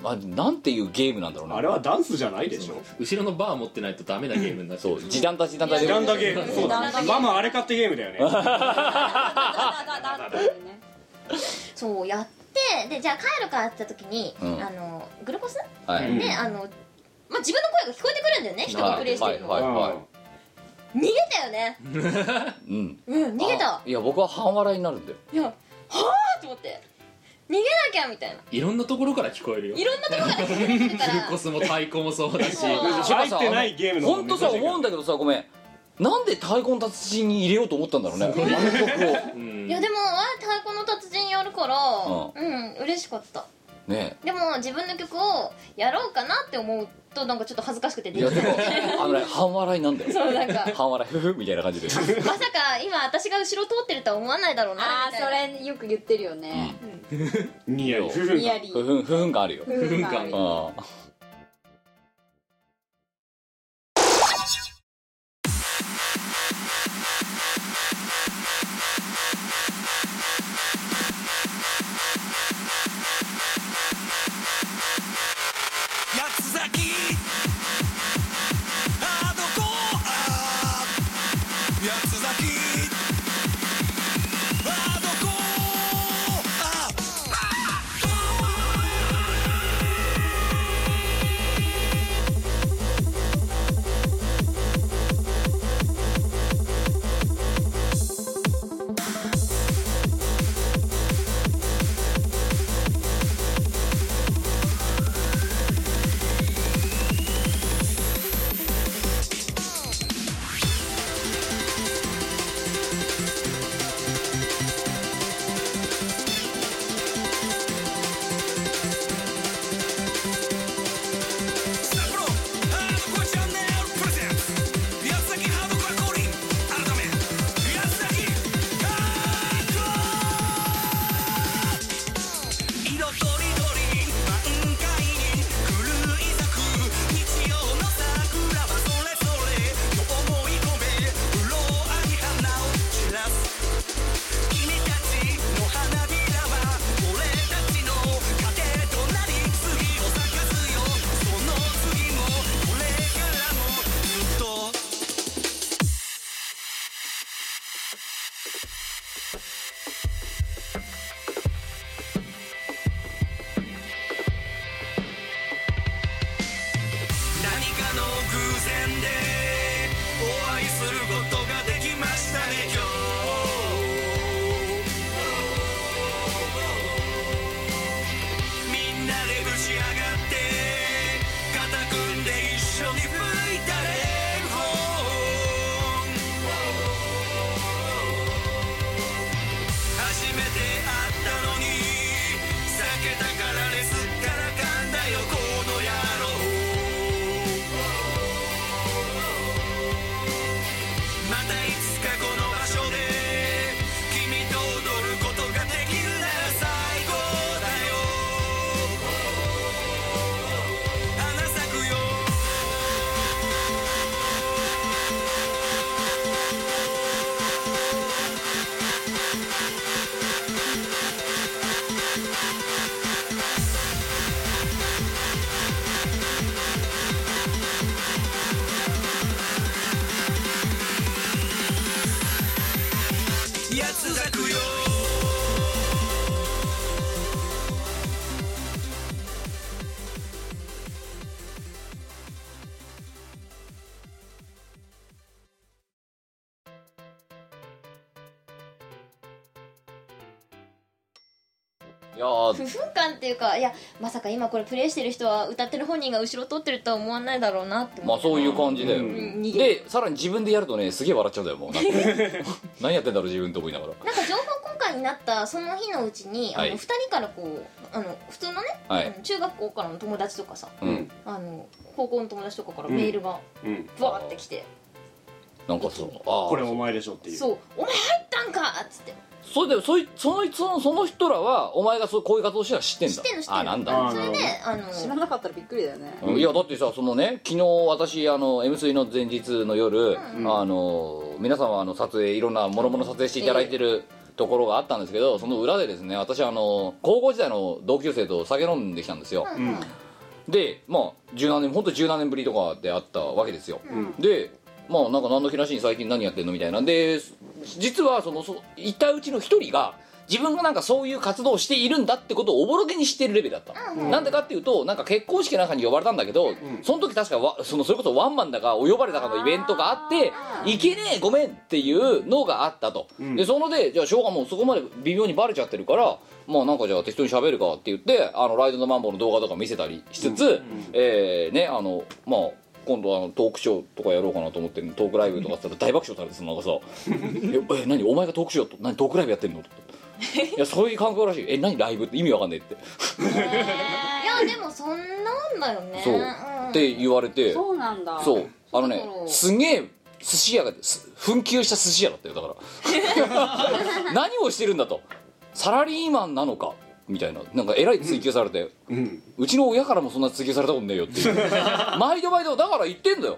まあなんていうゲームなんだろうな
あれはダンスじゃないでしょ
後ろのバー持ってないとダメなゲームになっちゃ
そう時短だ時短だ
ベランダゲームそう
ベラン
だ
ダゲーム
ママあれ買ってゲームだよ ね
だだだだだだってね
そうやってでじゃあ帰るかって言った時に、
うん
あのグルコス
はい
うん
であの、まあ、自分の声が聞こえてくるんだよね人がプレイしてるの、
はい
うん
はい
逃げたよね
うん
うん逃げ
あ
た
いや僕は半笑いになるんだよ
いやはあと思って逃げなきゃみたいない
ろんなところから聞こえるよ
いろんなところから聞こえてくるか
フル
ら
コスも太鼓もそうだし
そう
入ってないゲームの方が
本当さ
珍しいから
思うんだけどさごめんなんで太鼓の達人に入れようと思ったんだろうねあの曲を
うん
いやでもあ太鼓の達人やるからうん、嬉しかった
ね
でも自分の曲をやろうかなって思うとなんかちょっと恥ずかしくて
えい
でき
や
な
で
い
もあのね半笑いなんだよ
そうなんか
半笑いふふみたいな感じ で
まさか今私が後ろ通ってるとは思わないだろうな
あ
みた
あ
いな
それよく言ってるよね
ニヤリ夫婦
ニヤリ
ふふんふふんがあるよ
夫婦
感
感
ああ
何かの偶然でお会いすることができましたね今日みんなでぶち上がって肩組んで一緒に吹いたレンホン初めて会ったのに避けたからですっからかんだよこの野郎またいつかこの場所で君と踊ることができるなら最高だよ花咲くよ八つ咲くよ
いやー
不憤感っていうかいやまさか今これプレイしてる人は歌ってる本人が後ろ通ってるとは思わないだろうなって思
まあ
って、
そういう感じだよ、
うん逃げ
で
る
さらに自分でやるとねすげえ笑っちゃうんだよもうなんか何やってんだろう自分と思いながら
なんか情報交換になったその日のうちに、
はい
あの2人からこうあの普通のね、
はい
あの中学校からの友達とかさ
うん
あの高校の友達とかからメールがバーってきて、
なんかそうああ
これお前でしょっていう
そう「お前入ったんか!」っつって
それでそいそのそのその人らはお前がそうこういう活動してたら知ってんだ
知ってんの知ってんの
あなんだ
あー
それであの
知らなかったらびっくりだよね
うんいやだってさそのね昨日私あの M3 の前日の夜、あの皆様あの撮影いろんなもろもろ撮影していただいてるところがあったんですけどその裏でですね私あの高校時代の同級生と酒飲んできたんですよ、
うんうん
でまあ十何年本当十何年ぶりとかであったわけですよ、でまあなんか何の気なしに最近何やってんのみたいなんで実はそのそいたうちの一人が自分がなんかそういう活動をしているんだってことをおぼろげにしてるレベルだった、なんでかっていうとなんか結婚式なんかに呼ばれたんだけど、その時確かわそのそれこそワンマンだかお呼ばれだかのイベントがあって行けねえごめんっていうのがあったと、でそのでじゃあしょうがもうそこまで微妙にバレちゃってるからまあなんかじゃあ適当に喋るかって言ってあのライドのマンボウの動画とか見せたりしつつ、えーねあのまあ今度あのトークショーとかやろうかなと思ってるトークライブとかしたら大爆笑されてそのなんかさ 「ええ何お前がトークショーと何トークライブやってんの?」といやそういう感覚らしい「え何ライブって意味わかんねえ」って
いやでもそんなんだよね
そう、
ん
って言われてそう
そうなんだ
あのね
だから
すげえ寿司屋がす紛糾した寿司屋だったよだから何をしてるんだとサラリーマンなのかみたいななんかえらい追求されて、
うん
うちの親からもそんな追求されたことねえよっていう 毎度毎度だから言ってんだよ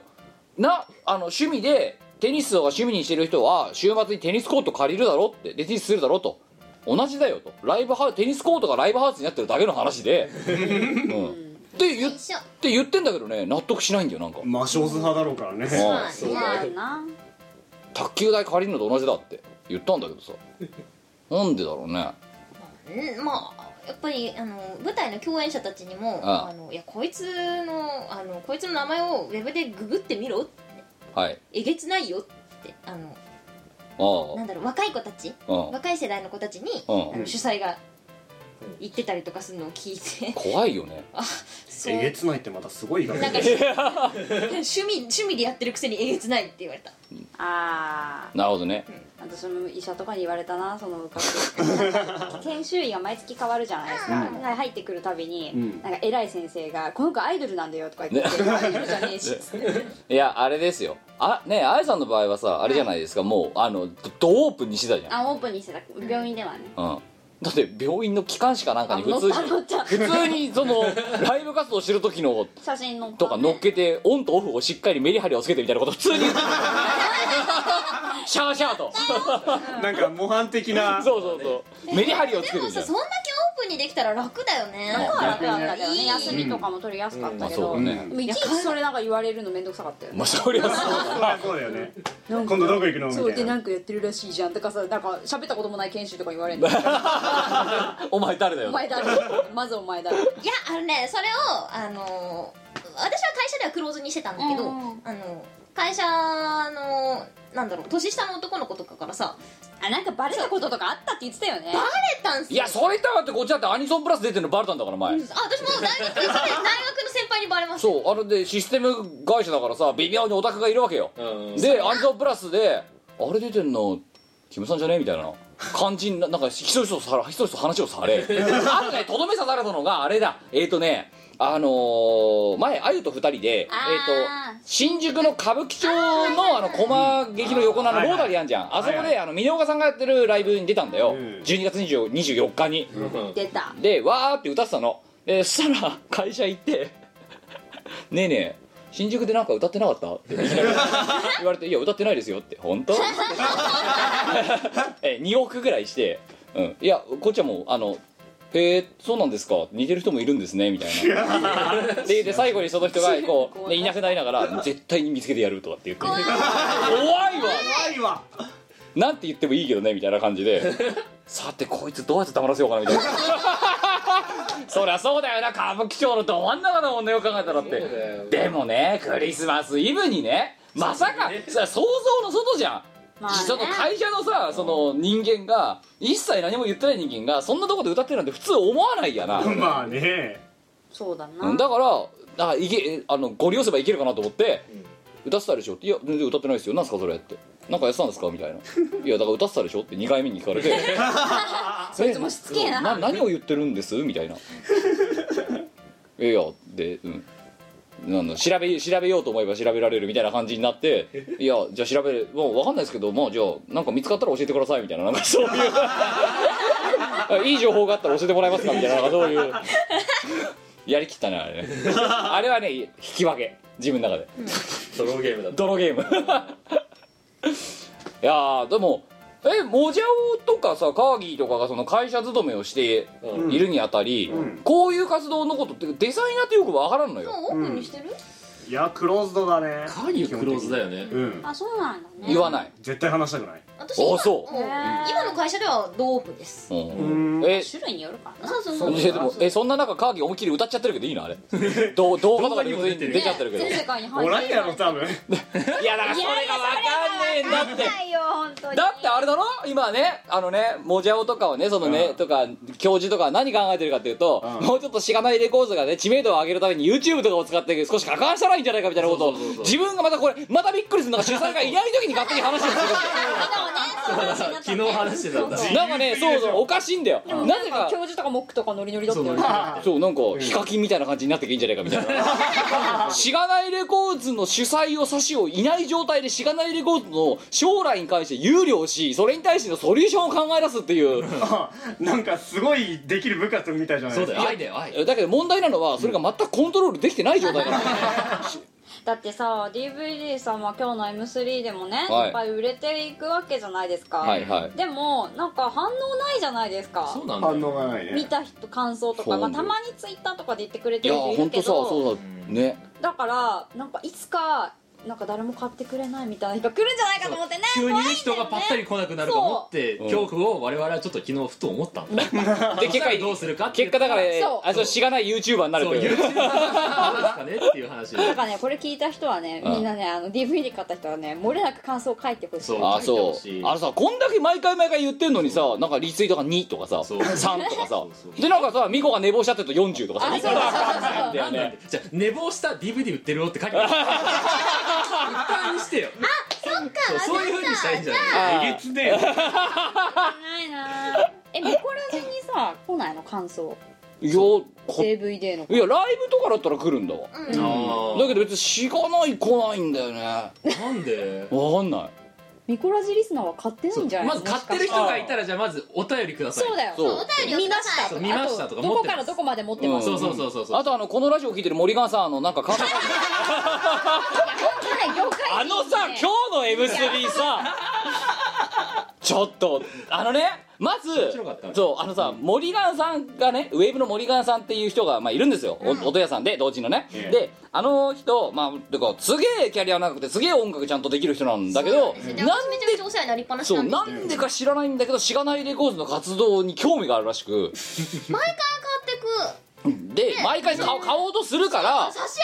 なあの趣味でテニスを趣味にしてる人は週末にテニスコート借りるだろってでテニスするだろと同じだよとライブハウテニスコートがライブハウスになってるだけの 話で、うん、って言っ
一緒
て言ってんだけどね納得しないんだよなんか、
まあ少数派だろうからね
うん
まあ
そう
まあ
だ
まあ
ね
な
卓球台借りるのと同じだって言ったんだけど さなんでだろうね
うんまあやっぱりあの舞台の共演者たちにも
ああ
のいやこいつのあのこいつの名前をウェブでググってみろ
はい
えげつないよってあの
ああ
なんだろう若い子たち
うん
若い世代の子たちに、
うん
あの主催が言ってたりとかするのを聞いて
怖いよね
そう
えげつないってまたすごい
なんか
が
趣 味趣味でやってるくせにえげつないって言われた
あ
なるほどね
ー私も医者とかに言われたなその学 校研修医が毎月変わるじゃないですか,、入ってくるたびに、
ん
なんか偉い先生が「この子アイドルなんだよ」とか言って「
ね
アイドル じゃねえし」
いやあれですよあねえあやさんの場合はさあれじゃないですかもうあのドドオープンにしてたじゃん
あオープンにしてた病院ではね
うんだって病院の機関士かなんかに普通
あ
に
乗った乗った
普通にそ のライブ活動してる時の
写真の
とか乗っけてオンとオフをしっかりメリハリをつけてみたいなこと普通に言って たシャーシャーと
なんか模範的な
そうそうそうメリハリをつけ
で
て
も
みた
さ
い
そんだけオープンにできたら楽だよね
だから
楽だったよ
い
ね
い
休みとかも取りやすかったけど、
うんまあそうだね
でもいちいちそれなんか言われるの面倒くさかったよね
まあそりゃそうだ
そうだよね
なんか
今度どこ行くのみ
そう
た
で
い
な
なん
かやってるらしいじゃんとかさなんか喋ったこともない研修とか言われるの
お前誰だ
お
よ
前だまずお前だ
いやあのねそれをあの私は会社ではクローズにしてたんだけど、
うんう
あの会社のなんだろう年下の男の子とかからさ
あなんかバレたこととかあったって言ってたよね
バレたんす
い
よ
やそれ言ったらだってこっちだってアニソンプラス出てるのバレたんだから前
あ私も大学一年大学の先輩にバレました
そうあれでシステム会社だからさ微妙にオタクがいるわけよ
うん
でアニソンプラスで「あれ出てんのキムさんじゃね?」みたいな肝心ななんかひそひそさひそひそ話をされあとねとどめ刺されたのがあれだえっ、ー、とねあのー前あゆと二人で、えー、と
あー
新宿の歌舞伎町のあの駒劇の横のあのロータリーあんじゃんあそこ
はい
であの峰岡さんがやってるライブに出たんだよ
うん
12月20 24日に
出た
でわーって歌ってたのでそしたら会社行って 「ねえねえ新宿でなんか歌ってなかった?」っていきなり言われて「いや歌ってないですよ」って「本当え2億ぐらいして「うん、いやこっちはもうあのへえそうなんですか似てる人もいるんですね」みたいなでで最後にその人がこう、ね、いなくなりながら「絶対に見つけてやる」とかって言って怖いわ
怖いわ
なんて言ってもいいけどねみたいな感じでさてこいつどうやって黙らせようかなみたいなそりゃそうだよな歌舞伎町のど真ん中だもんねよく考えたらっ
そうだよ
てでもねクリスマスイブにねまさか、それ想像の外じゃん、
まあね
その会社のさその人間が一切何も言ってない人間がそんなとこで歌ってるなんて普通思わないやな
まあね
そうだな
うんだからあいけあのご利用せばいけるかなと思って、歌ってたでしょって「いや全然歌ってないですよなんすかそれ」ってなんかやってたんですかみ たいな「いやだから歌ってたでしょ?」って2回目に聞かれて
そいつもしつけえな
な何を言ってるんですみたいな 「いやでうん」なんだ調べ調べようと思えば調べられるみたいな感じになって「いやじゃあ調べるもう分かんないですけどもうじゃあなんか見つかったら教えてください」みたいななんかそういう いい情報があったら教えてもらえますかみたいななんかそういうやりきったねあれ ねあれはね引き分け自分の中で
ドローゲームだった
泥ゲーム いやーでもえモジャオとかさカーギーとかがその会社勤めをして
うん
いるにあたり、
うん
こういう活動のことってデザイナーってよくわからんのよ
もうオープンにしてる、
いやクローズドだね
カーギークローズだよね
うん
あそうなんだね
言わない、
絶対話したくない
私今
あそう
も今の会社ではドオープンです
うん
うん
え
種類によるからな
そうそうそう
そでもえそんな中カーギー思いっきり歌っちゃってるけどいいのあれどう 動画とかで普通に出ちゃってるけどい
全世界に入
おらんやろ多分
やだからそれがわかんねえんだって
ないよ本当に
だってあれだろ今ねあのねモジャオとかはねそのね、
うん
とか教授とかは何考えてるかっていうと、
うん
もうちょっとしがないレコーズがね知名度を上げるために YouTube とかを使って少し加管したらいいんじゃないかみたいなことを
そうそうそうそう
自分がまたこれまたびっくりするのが主催がいない時に勝手に話をする
昨日話してたんだ
んだよなんかねそうそうおかしいんだよなぜか
教授とかモックとかノリノリだったよね
そうなんかヒカキンみたいな感じになっていいんじゃないかみ たいなしがないレコーズの主催を差しをいない状態でしがないレコーズの将来に関して憂慮をしそれに対してのソリューションを考え出すって いう
なんかすごいできる部活みたいじゃない
そう
ですか
だよ愛だよ愛
えだけど問題なのはそれが全くコントロールできてない状態なんだ
だってさ DVD さ、まあ、今日の M3 でもね、
はい
い、っぱい売れていくわけじゃないですか、
はいはい
でもなんか反応ないじゃないですか
そうなんだ
反応
よ
がない
見
ね
た人感想とか
そうな
が
んだ
た
よ
まにツイッターとかで言ってくれ
い
て
や
る人い
本
る
当
け
さ
ど
そうだね
だからなんかいつかなんか誰も買ってくれないみたいな日が来るんじゃないかと思ってね
急に
怖いんだよね
人がぱったり来なくなると思って
そう
恐怖を我々はちょっと昨日ふと思ったんだ
で結
結
果
果どうするかってい
結果
う
だからね
そう
あそうしがない YouTuber になる
そ
と
う
いう
YouTube なんかねっていう話
なんかねこれ聞いた人はね
うん
みんなねあの DVD 買った人はね漏れなく感想を書いてほしい
そう
あ
書いて
そ
ほしいう
あれさこんだけ毎回毎回言ってんのにさなんかリツイートが2とかさ
そう
3とかさ
そうそう
でなんかさミコが寝坊しちゃってると40とかさ
あそうそうそう
だよね
じゃあ寝坊した DVD 売ってるよって書い てある一旦にしてよあそっかそうそういうふうにしたいんじゃない
あー
えげつねえ
ないなぁえミコラジにさ来ないの感想
いやこ
DVD の
いやライブとかだったら来るんだわ
あ
だけど別にしがない来ないんだよね
ーなんで
わかんない
ミコラジリスナーは買ってないんじゃない
まず買ってる人がいたらじゃあまずお便りください
そうだよ
そう
便りを
見
く
ま
だ
し
さい
た
そう見ましたとか
あど
持っ
こ
てます
からどこまで持ってます、
そうそうそうそうそう
あとあのこのラジオ聞いてる森川さんあのなんか関西
業界
あのさ今日の M3 さちょっとあのねまず
白かったね
そうあのさ森ガンさんがねウェーブの森ガンさんっていう人が、まあ、いるんですよ、お音屋さんで同時のね、
ええ
であの人まあてかすげえキャリア長くてすげえ音楽ちゃんとできる人なんだけ
そ
ど
うなんですよ
なん
で
で
私めちゃくちゃお世話になりっぱなし
そう
な
ん
です
な
けど
んでか知らないんだけどしがないレコーズの活動に興味があるらしく
毎回変わって
で毎回買おう買おうとするから
く差し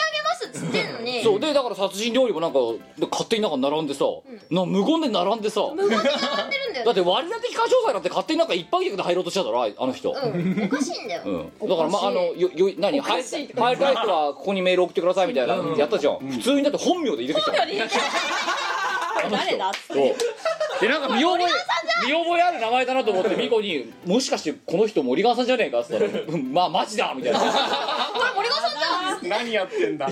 上げますっつってんのに
そうでだから殺人料理もなんかで勝手になんか並んでさ、な無言で並んでさ
無言で並んでるんだ
だ
よ
って割り当て鑑賞祭なんて勝手になんか一般客で入ろうとしただろあいあの人、
うんおかしいんだよ
うんだからまああのよよ何入り
しいって
入りたい人はここにメール送ってくださいみたいな
うん
やったじゃん、普通にだって本名で入れてきたもん
誰だって
そうでなんか見覚え見覚えある名前だなと思ってミコに「もしかしてこの人森川さんじゃねえか?」っつったら「うんまあマジだ」みたいな
森川さんじゃん
何やってんだ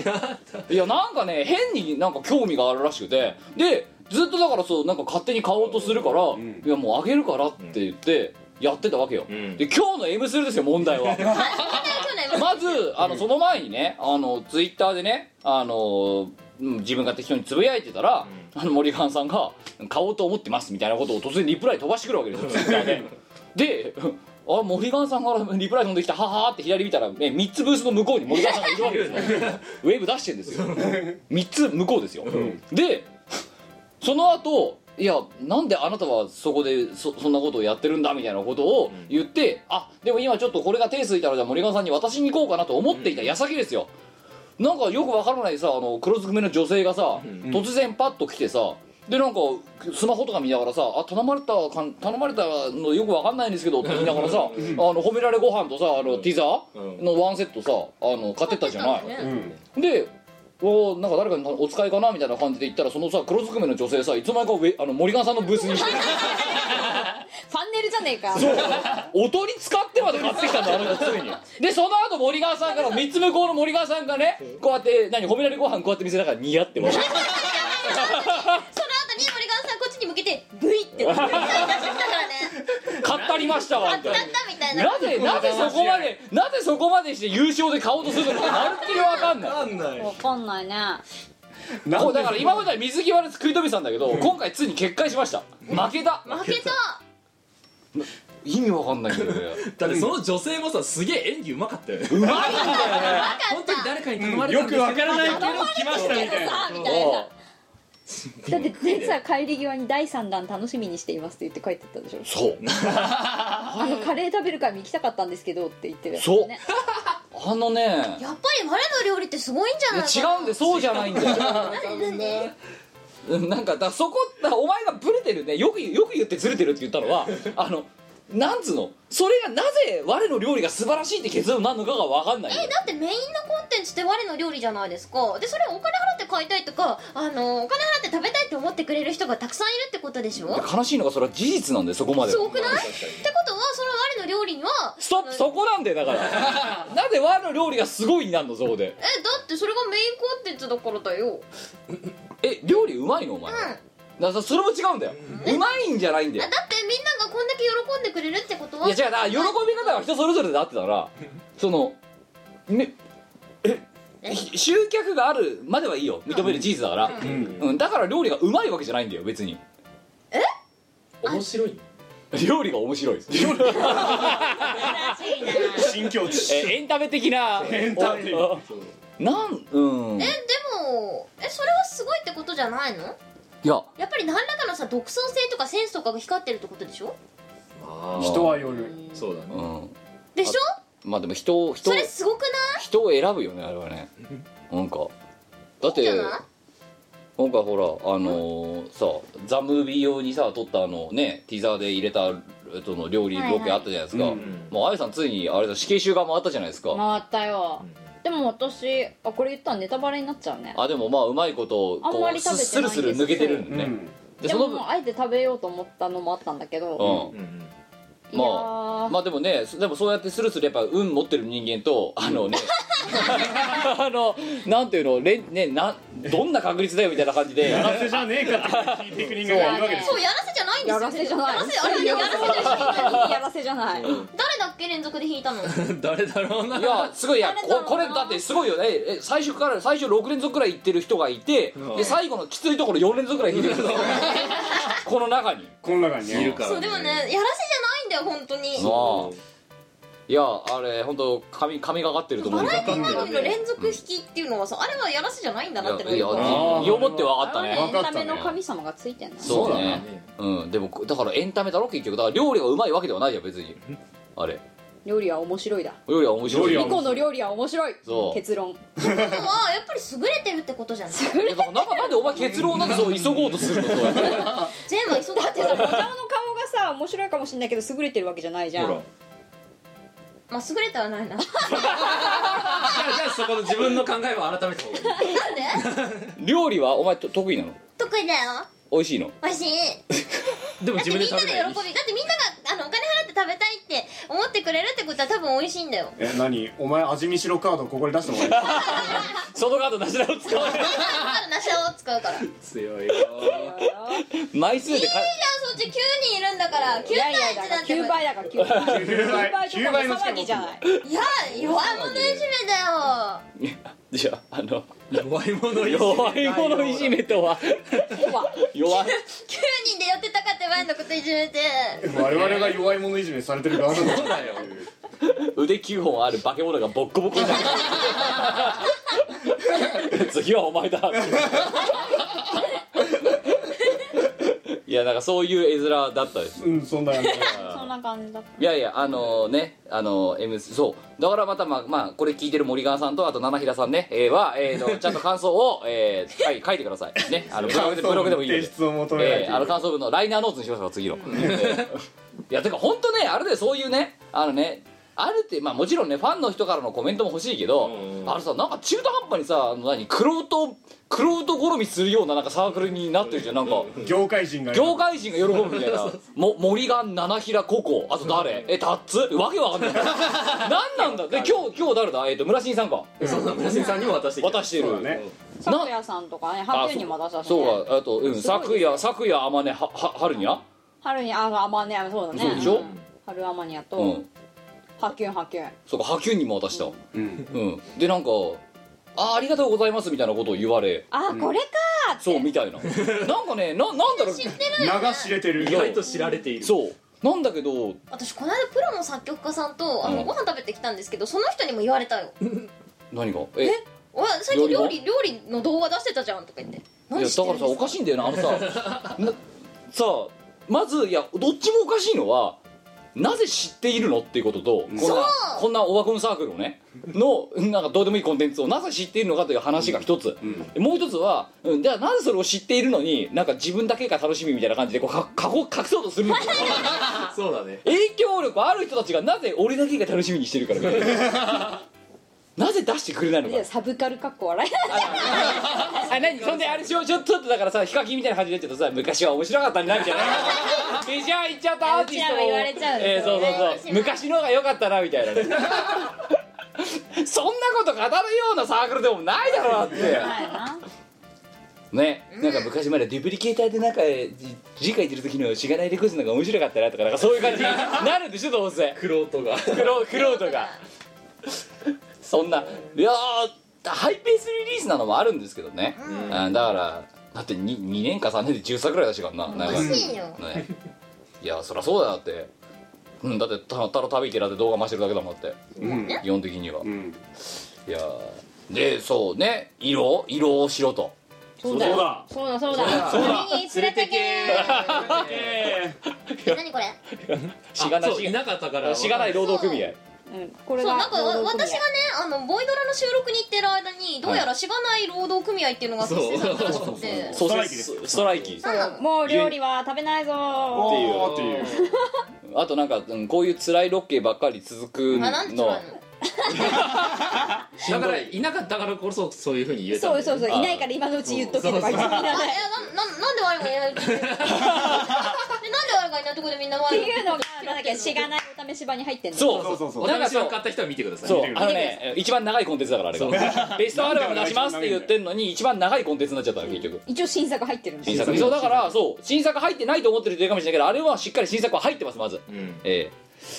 いやなんかね変になんか興味があるらしくてでずっとだからそうなんか勝手に買おうとするから、いやもうあげるからって言ってやってたわけよ、
ん
で今日の M スレですよ問題は
去年
まずあのその前にねあのツイッターでねあのうん自分が適当につぶやいてたら、あの森川さんが「買おうと思ってます」みたいなことを突然リプライ飛ばしてくるわけ ですよツイッターで。であ森川さんからリプライ飛んできた「ははーって左見たら、ね、3つブースの向こうに森川さんがいるわけ ですよウェーブ出してんですよ3つ向こうですよ、でその後いやなんであなたはそこでそそんなことをやってるんだみたいなことを言って、あでも今ちょっとこれが手ついたらじゃあ森川さんに渡しに行こうかなと思っていた矢先ですよ、なんかよくわからないさあの黒ずくめの女性がさ、突然パッと来てさでなんかスマホとか見ながらさ「あ頼まれたかん頼まれたのよくわかんないんですけど」って言いながらさ、あの褒められご飯とさあのティザーのワンセットさあの買ってったじゃない、
ね
でおーなんか誰かにお使いかなみたいな感じで行ったらそのさ黒ずくめの女性さいつまにかウェあの森川さんのブースに 来て
ファンネルじゃねえか
おとり使ってまで買ってきたんだあの人 ついにでその後森川さんから三つ向こうの森川さんがねこうやって何褒められご飯こうやって見せながら似合ってます
その後に森川さんこっちに向けて「ブイ」って出してきたからね
買ったりましたわ
あっ
み
た
た
ん
い
だ
な
みたいな
なぜなぜそこまでなぜそこまでして優勝で買おうとするのかまるっきりわかんない
わかんない
わかんないね
こうだから今までは水際で食い止めてたんだけど今回ついに決壊しました負けた
負けた
意味わかんないけどね
だってその女性もさすげえ演技うまかったよね
うまいんだよね
なか
本
っ
当に
た
誰かに頼まれた
よ
ん
く
です
わからないけど来ましたみたいな
さあみたい
お
なだって全さ帰り際に第3弾楽しみにしていますって言って帰ってったでしょ
そう
あのカレー食べる会に行きたかったんですけどって言ってる
そう
ね
あのね
やっぱり我の料理ってすごいんじゃ
い
な
や
いか
違
な
うんでそうじゃないんだようんなんかだそこだお前がブレてるねよく言うよく言ってずれてるって言ったのはあのなんつうのそれがなぜ我の料理が素晴らしいって結論になるのかがわかんないんだ
え
よ
だってメインのコンテンツって我の料理じゃないですかでそれをお金払って買いたいとかあのお金払って食べたいって思ってくれる人がたくさんいるってことでしょ
悲しいのがそれは事実なんだよそこますで
ごくないってことはその我の料理には
ストップそこなんだよだから なぜ和の料理がすごいになんのそうで
えだってそれがメインコンテンツだからだよ
え料理うまいのお前、
うん
だからそれも違うんだよ、うまいんじゃないんだ
だ
よ
ってみんながこんだけ喜んでくれるってことはい
や違うだから喜び方は人それぞれであってたからそのねえひ集客があるまではいいよ認める事実だから、
うん
うん、だから料理がうまいわけじゃないんだよ別に
面白い
料理が面白いです
新境地
えエンタメ的な
エンタメ的
おなんうん
えでもえそれはすごいってことじゃないの
いや
やっぱり何らかのさ独創性とかセンスとかが光ってるってことでしょ
人は夜
そうだね
うん
でしょ
まあでも人を人
そ
を
れすごくない
人を選ぶよねあれはねなんかだって
いいんじゃない
今回ほらあのーさザ・ムービー用にさ撮ったあのねティザーで入れたえっとの料理ロケあったじゃないですか、
はいはい
もうあゆさんついにあれだ死刑囚側もあったじゃないですか、
回ったよでも私あこれ言ったらネタバレになっちゃうね
あでもまあうまいこと
あん
こ
ま
う
り
ス
食べてないんです
スルスル抜けてるんでね、で
で
そ
も
の
も
分
うあえて食べようと思ったのもあったんだけど、
うん、
いやー
まあでもねそでもそうやってスルスルやっぱ運持ってる人間とあのね あのなんていうのれんねなどんな確率だよみたいな感じ で
やらせじゃねえかって聞いてく人間がいるわけです
そうやらせじゃないんです
や
よ
らせじゃない
やらせあれねやらせじゃない
やらせじゃない
誰だっけ連続で弾いたの
誰だろうない
やすごいいや
誰だろう
こ
な
これだってすごいよねえ最初から最初6連続くらい行ってる人がいて、で最後のきついところ4連続くらい引いてる人がいるこの中に
この中に
いる
ね
から
そうでもねやらせじゃないんだよ本当に
ああいやあれ本当神神がかってると思
バ
う
ラエティ
い
番組の連続弾きっていうのはさあれはやらせじゃないんだなっての
やいや
が
あー
よもって分かった
エ
ね
わ
ン
かったね
タメの神様がついてんの
そうだね
ね
うんでもだからエンタメだろ結局だから料理がうまいわけではないじゃん別にあれ
料理は面白いだ
料理は面白い
料理は
リコの料理は面白い
そう
結論
今はやっぱり優れてるってことじゃない
いやだからなんかなんでお前結論なんかそう急ごうとするのそうやって
全部急がって
でさお茶の顔がさ面白いかもしれないけど優れてるわけじゃないじゃん
ほら
まあ優れてはないななんで
じゃあじゃあそこで自分の考えを改めた方がいい
料理はお前と得意なの
得意だよ
美味しいの
わし
で も
だって
自
み
分
ん
で
なで喜
食
びだ
べたらいい
ってみんながあのお金払って食べたいって思ってくれるってことは多分美味しいんだよ
え何お前味見しろカードここで出してもらえる
そのカードなしだろ使われる
だからなしを使うからいいじ
強いよ
枚数でか
ゃんそっち9人いるんだから9
いやいや
対
だ
1だ
から
ってい
9倍だから9倍9
9倍
倍
の
の
力
騒
持
ぎ
っ
じ
て
ゃ
る
ない
いや弱いものいじめだよ
らじゃああの
弱い者い じめ
弱い者いじめとは弱い
9人で寄ってたかって前のこといじめて
我々が弱い者いじめされてる側なんだ
そうだよ
腕9本ある化け物がボッコボコになる 次はお前だいやなんかそういう絵面だったです
うんそんな感じ
そんな感じだった
いやいやあのねあの M そうだからまたまあ、まあ、これ聞いてる森川さんとあと七平さんね、えーは、えー、とちゃんと感想を、えー、書い書いてくださいねあのブログでブログでもいいの
提
で
出を求められ
え
て
ー、あの感想文のライナーノーツにしましょう次の、えーいやてか本当ねあれでそういうねあのねあるってまあもちろんねファンの人からのコメントも欲しいけど、
うん
あれさなんか中途半端にさあの何クロートクロート好みするようななんかサークルになってるじゃんなんか
業界人が
業界人が喜ぶみたいなも森が七平ココあと誰えタッツわけわかんない何なんだで今日今日誰だえっ、と村新さんか
そんな村重さんにも渡してきた
渡してる
そうだね
昨夜さんとかね
あ
ハプにも出させて
そうかあとうん
すごいです
昨夜昨夜あまねはは春にゃ
春にああまあねそうだね
そうでしょ
ん春アマニア
う
と
ん
ハキュンハキュン
そうか波及にも渡した
うん
うんでなんかあありがとうございますみたいなことを言われ
あーこれかーって
そうみ たいななんかねななんだろう
流しれてる
意外と知られている
そうなんだけど
私この間プロの作曲家さんとあ
う
の
ん
ご飯食べてきたんですけどその人にも言われたよ
何が
「え
え
お最近料
料
理
理
料理の動画出してたじゃん」とか言って「
いや
何
だ
して
か
る
ら
ん
さ
です
お
か?
かしいんだよなあのさなさあまずいやどっちもおかしいのはなぜ知っているのっていうこととこんなこんなオワコンサークルをねのなんかどうでもいいコンテンツをなぜ知っているのかという話が一つ、もう一つは、うん、じゃあなぜそれを知っているのになんか自分だけが楽しみみたいな感じでこうかかこ隠そうとするんだよ
そうだね
影響力ある人たちがなぜ俺だけが楽しみにしてるからみたいな なぜ出してくれないの
い
か
やサブカルかっこ笑い
あ何そんであれしょちょっとちょっとだからさヒカキンみたいな感じになっちゃうとさ昔は面白かったになる じゃないメジャー行っちゃったアーティスト
うちらも言われちゃうんで
え
す
ーそ
よ
う
ね
そうそう昔のが良かったなみたいなねそんなこと語るようなサークルでもないだろうって
な
ねなんか昔までデュプリケーターでなんかじ字書いてる時のしがないレコーズの方が面白かったなとかなんかそういう感じに なるんでしょどうせ
クロートが
クロクロートがそんないやーハイペースリリースなのもあるんですけどね、うん、だからだって 2, 2年か3年で10作ぐらい出してからな
お
長
か
いね
しいよ
いやそりゃそうだよだってうんだってたただ旅行ってだって動画回してるだけだもんだって
うん
基本的には
うん
いやーでそうね色色をしろと
そうだ
そうだそうだ
旅に連れてけー何これ
しがな
あそうい
い
なかったから
しがない労働組合
うんこれ
そう
が
なんかわ
労働組
私
合
がねあのボイドラの収録に行ってる間にどうやらしがない労働組合っていうのが発生されたらしくて
そう
ストライキです
ストライキ
なんなの
もう料理は食べないぞー
っていうっていう
あとなんか、うんこういう辛いロッケばっかり続く
あなんでそれ
の
なの
だからいなかったからこそそういうふうに言えたん
そ
だ
う
よ
そうそういないから今のうち言っとけとか言ってみんな
あい
ね
やなななんで我がいないとこでえなんで我がいないとこでみんな
って
我
いうのがなんだっけしがないお試し場に入ってんの
そう
そうそうそう
お
なんか
試し
そう
版買った人は見てください
そう
見てくだ
あ
さい
のね一番長いコンテンツだからあれがベストアルバム出しますって言ってんのに一番長いコンテンツになっちゃったの結局
一応新作入ってるんです
新
よ
作そうだからそう新作入ってないと思ってる人いるかもしれないけどあれはしっかり新作は入ってますまず
うん
ええ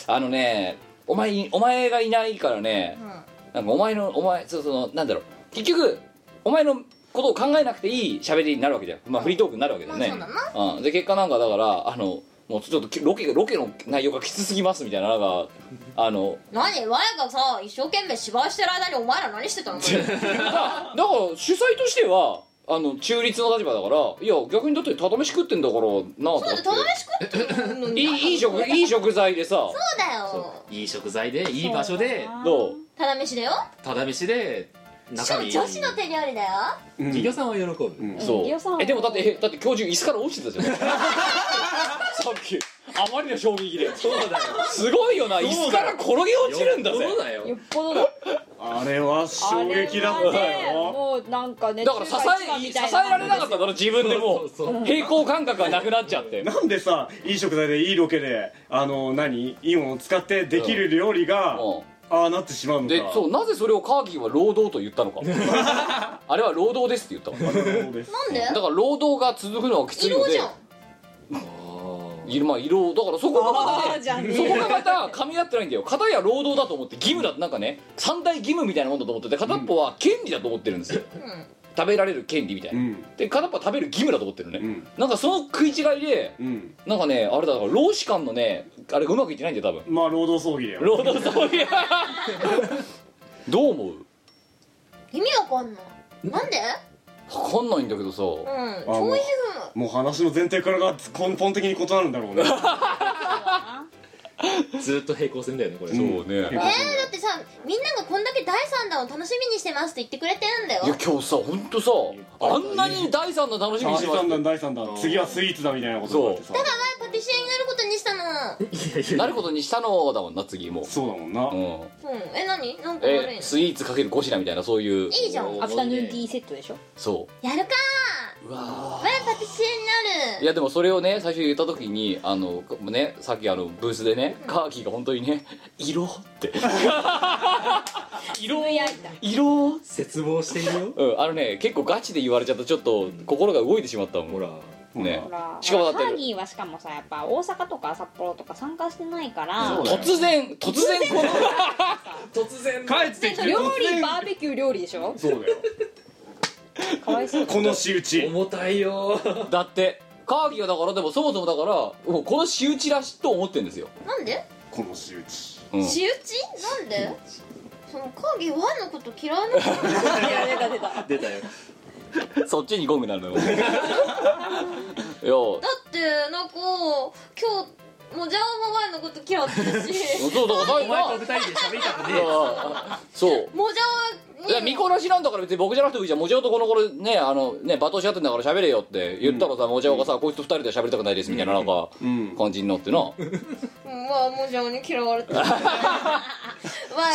あのねお前お前がいないからね
ん
なんかお前のお前そうそのなんだろう結局お前のことを考えなくていい喋りになるわけじゃんまあフリートークになるわけだよね
まあそう
うんで結果なんかだからあのもうちょっときロケロケの内容がきつすぎますみたいななんかあの
何我がさ一生懸命芝居してる間にお前ら何してたの
だから主催としてはあの中立の立場だからいや逆にだってただ飯食ってんだからなと
そうだ
か
っ
ってて
ただ飯食ってるの
い
に
いいい食いい食材でさ
そうだよ
いい食材でいい場所で
どう
ただ飯だよ
ただ飯で
しか
中
も
身
女子の手料理だよ
企業さんは喜ぶ
うん
そう
飯尾さんは
えでもだってえだって教授椅子から落ちてたじゃん さっきあまりの衝撃で
そうだよ
すごいよな椅子から転げ落ちるんだぜ
そうだよ
よっぽどだ
あれは衝撃だった
あれはね
よ
もうなんかね
だから支
中華
え
一
支え
番み
ら
たい
れ
な
なかっただろ自分でも
そうそうそ う
平行感覚がなくなっちゃって
なんでさいい食材でいいロケであの何イオンを使ってできる料理が
うん
ああなってしまうのか
でそうなぜそれをカーキーは労働と言ったのかあれは労働ですって言ったの
そうです
なんで
だから労働が続くのはきついの
色
で
じゃん
いるまあ移動だからそこが
あーじゃんね
そこがまた噛み合ってないんだよ片や労働だと思って義務だってなんかね三大義務みたいなもんだと思ってて片っぽは権利だと思ってるんですよ、
ん
食べられる権利みたいうな、
ん
で片っぽは食べる義務だと思ってるね、
うん
なんかその食い違いで
うん
なんかねあれだから労使間のねあれがうまくいってないんだよ多分
まあ労働葬儀だよ
労働そういうどう思う
意味わかんないなんで
わかんないんだけどさ、
うん
あも
教
う
育
もう話の前提からが根本的に異なるんだろう ね
ずっと平行線だよねこれ
ん
そうねいや
えー、だってさみんながこんだけ第三弾を楽しみにしてますって言ってくれてるんだよ
今日さ本当さあんなに第三の楽しみに
第
してま
3
す
弾第3弾次はスイーツだみたいなことになってさ
だからパティシエになることにしたの
なることにしたのだもんな次も
そうだもんな
う、うん
うんえ何なんか悪い
え
の
スイーツかける5品みたいなそういう
いいじゃん
アフタヌーンティーセットでしょ
そ
やるか
ううわ
ー我パティシエになる
いやでもそれをね最初言った時にあのねさっきあのブースでねカーキーが本当にね 「色」って
色やいた
「色」
絶望しているよ
うんあのね結構ガチで言われちゃうとちょっと心が動いてしまったもん
ほら
ね
ほら
しかもだって
ハーギーはしかもさやっぱ大阪とか札幌とか参加してないから
そうだよ
突然突然この
突然
帰ってきて
料
突
理
然
バーベキュー料理でしょ
そうだよ
かわいそう
この仕打ち
重たいよー
だってカーキーはだからでもそもそもだからもうこの仕打ちらしと思ってんですよ、
なんで
この仕打ち
うん
仕打ちなんでそのカーギーワンのこと嫌いな のかな
いや出た出た
出たよ
そっちにゴングなるのよいや
だってなんか今日もじゃおもワンのこと嫌ってるし
そうだから
お前と二人で喋りたくね
いやそう
もじ
い
ゃ
や
おに
見殺しなんだから別に僕じゃなくてもいいじゃんもちろんとこの頃ねあのね罵倒し合ってんだから喋れよって言ったらさ、もちろんがさ、こいつと二人で喋りたくないですみたいななんか
うん
感じになってな、
うんまあもじゃおに嫌わ れてる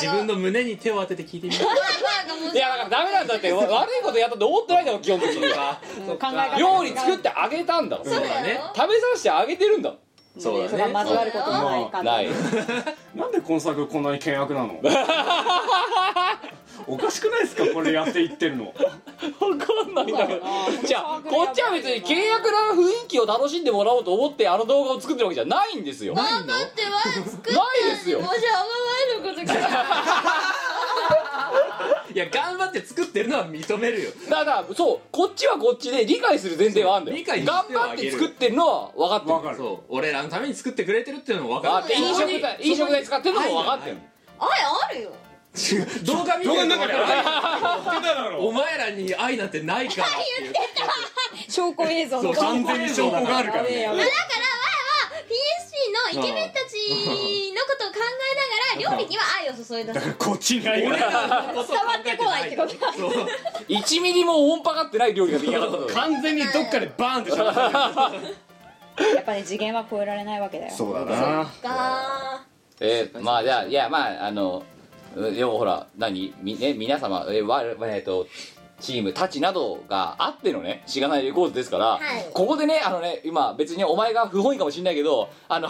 自分
の
の胸に手を当てて聞いてみる
いやだからダメなんだってわ悪いことやったって思ってないんだもん基本的には
もう考え方が
料理作ってあげたんだろ、
そ
食
う
べ
だよ
させてあげてるんだ
そうだね
それはまず悪いこともないか
ない
なんでこの作こんなに険悪なの おかしくないですかこれやっていってるの
分かんないんだけどじゃあこっちは別に契約
な
な雰囲気を楽しんでもらおうと思ってあの動画を作ってるわけじゃないんですよ
頑張ってワン作った
ないですよ
もじゃおもワンのこと嫌い
いや頑張って作ってるのは認めるよ
だからそうこっちはこっちで理解する前提はあるんだよ
理解しては
頑
あげる
張って作ってるのは分かってる
わかる
そう俺らのために作ってくれてるっていうのも分
あ
か
っ
る
て飲食代飲食代使ってるのも分かってる
ああるよ
違う動画見てるの分かる
だだろ
お前らに愛なんてないからっていう
証拠映像
そ
の
う完全に証拠があるから
やべえや
ね
べえ
PSP のイケメンたちのことを考えながら料理には愛を注いだす
こっちに愛が
俺らのこと
伝わってこないってことだ
そう
1ミリも音波かってない料理が出来上がったと
完全にどっかでバーンってしゃった
やっぱね次元は超えられないわけだよ
そうだな
か
えーまあじゃあいやまああのうんでもほら何み、ね、皆様えーわえーとチームたちなどがあってのねしがないレコードですから、
い
ここでねあのね今別にお前が不本意かもしれないけどあの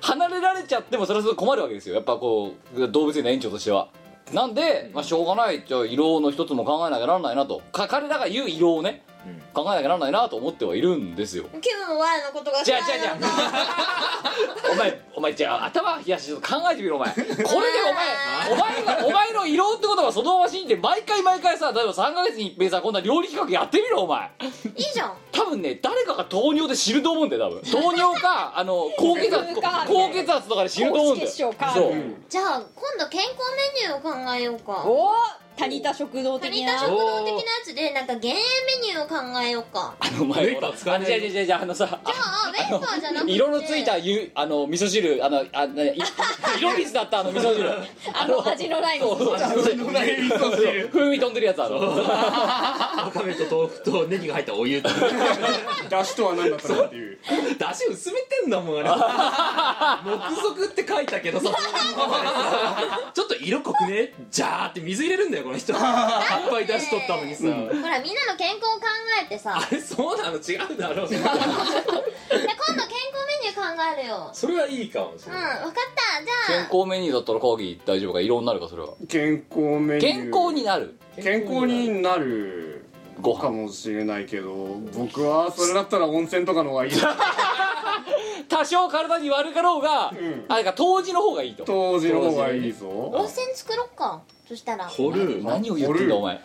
離れられちゃってもそれはそれで困るわけですよやっぱこう動物園の園長としてはなんで、まあ、しょうがないじゃあ慰労の一つも考えなきゃならないなとか彼らが言う慰労をね、考えなきゃならないなと思ってはいるんですよ
キムもワンのことが
じゃ
嫌
あ
い
じゃあじゃ
なのか
あお前お前じゃあ頭冷やしちょっと考えてみろお前これでお前お前がお前の色ってことはそのまま信じて毎回毎回さ例えば3ヶ月に一遍さこんな料理企画やってみろお前
いいじゃん
多分ね誰かが糖尿で死ぬと思うんだよ多分糖尿かあの高血圧
か
高血圧とかで死ぬと思うんだよ
高血症か
そう、
ん
じゃあ今度健康メニューを考えようか
おおタニタ食堂
タ
的
ニタ
な
食堂的なやつでなんか減塩メニューを考えようか
あのお前
ウェイパー使わない
あ違う違う違う違うあのさ
じゃあウェイパーじゃなくて
色のついたゆあの味噌汁あのあなにい色水だったあの味噌汁
あの味のない
そうそうそう風味飛んでるやつあの
わかめと豆腐とネギが入ったお湯って
出汁とは何だったのっていう
出汁薄めてんだもんあれ木属って書いたけどさちょっと色濃くねじゃーって水入れるんだよこの 人いっぱい出汁取ったのにさ、
ほらみんなの健康を考えてさ
あれそうなの違うだろう
で今度健康メニュー考えるよ
それはいいかもし
う
れ
ん
ない、
わかったじ
健
ゃあ
康メニューだったらコーギー大丈夫か色になるかそれは
健康メニュー
健康になる
健康になる
ご
か
飯
もしれないけど僕はそれだったら温泉とかの方がいい
多少体に悪かろうが、
ん
あれか当時の方がいいと
当時の方がいいぞ
温泉作ろっかそしたら
掘る
何を言ってんだお前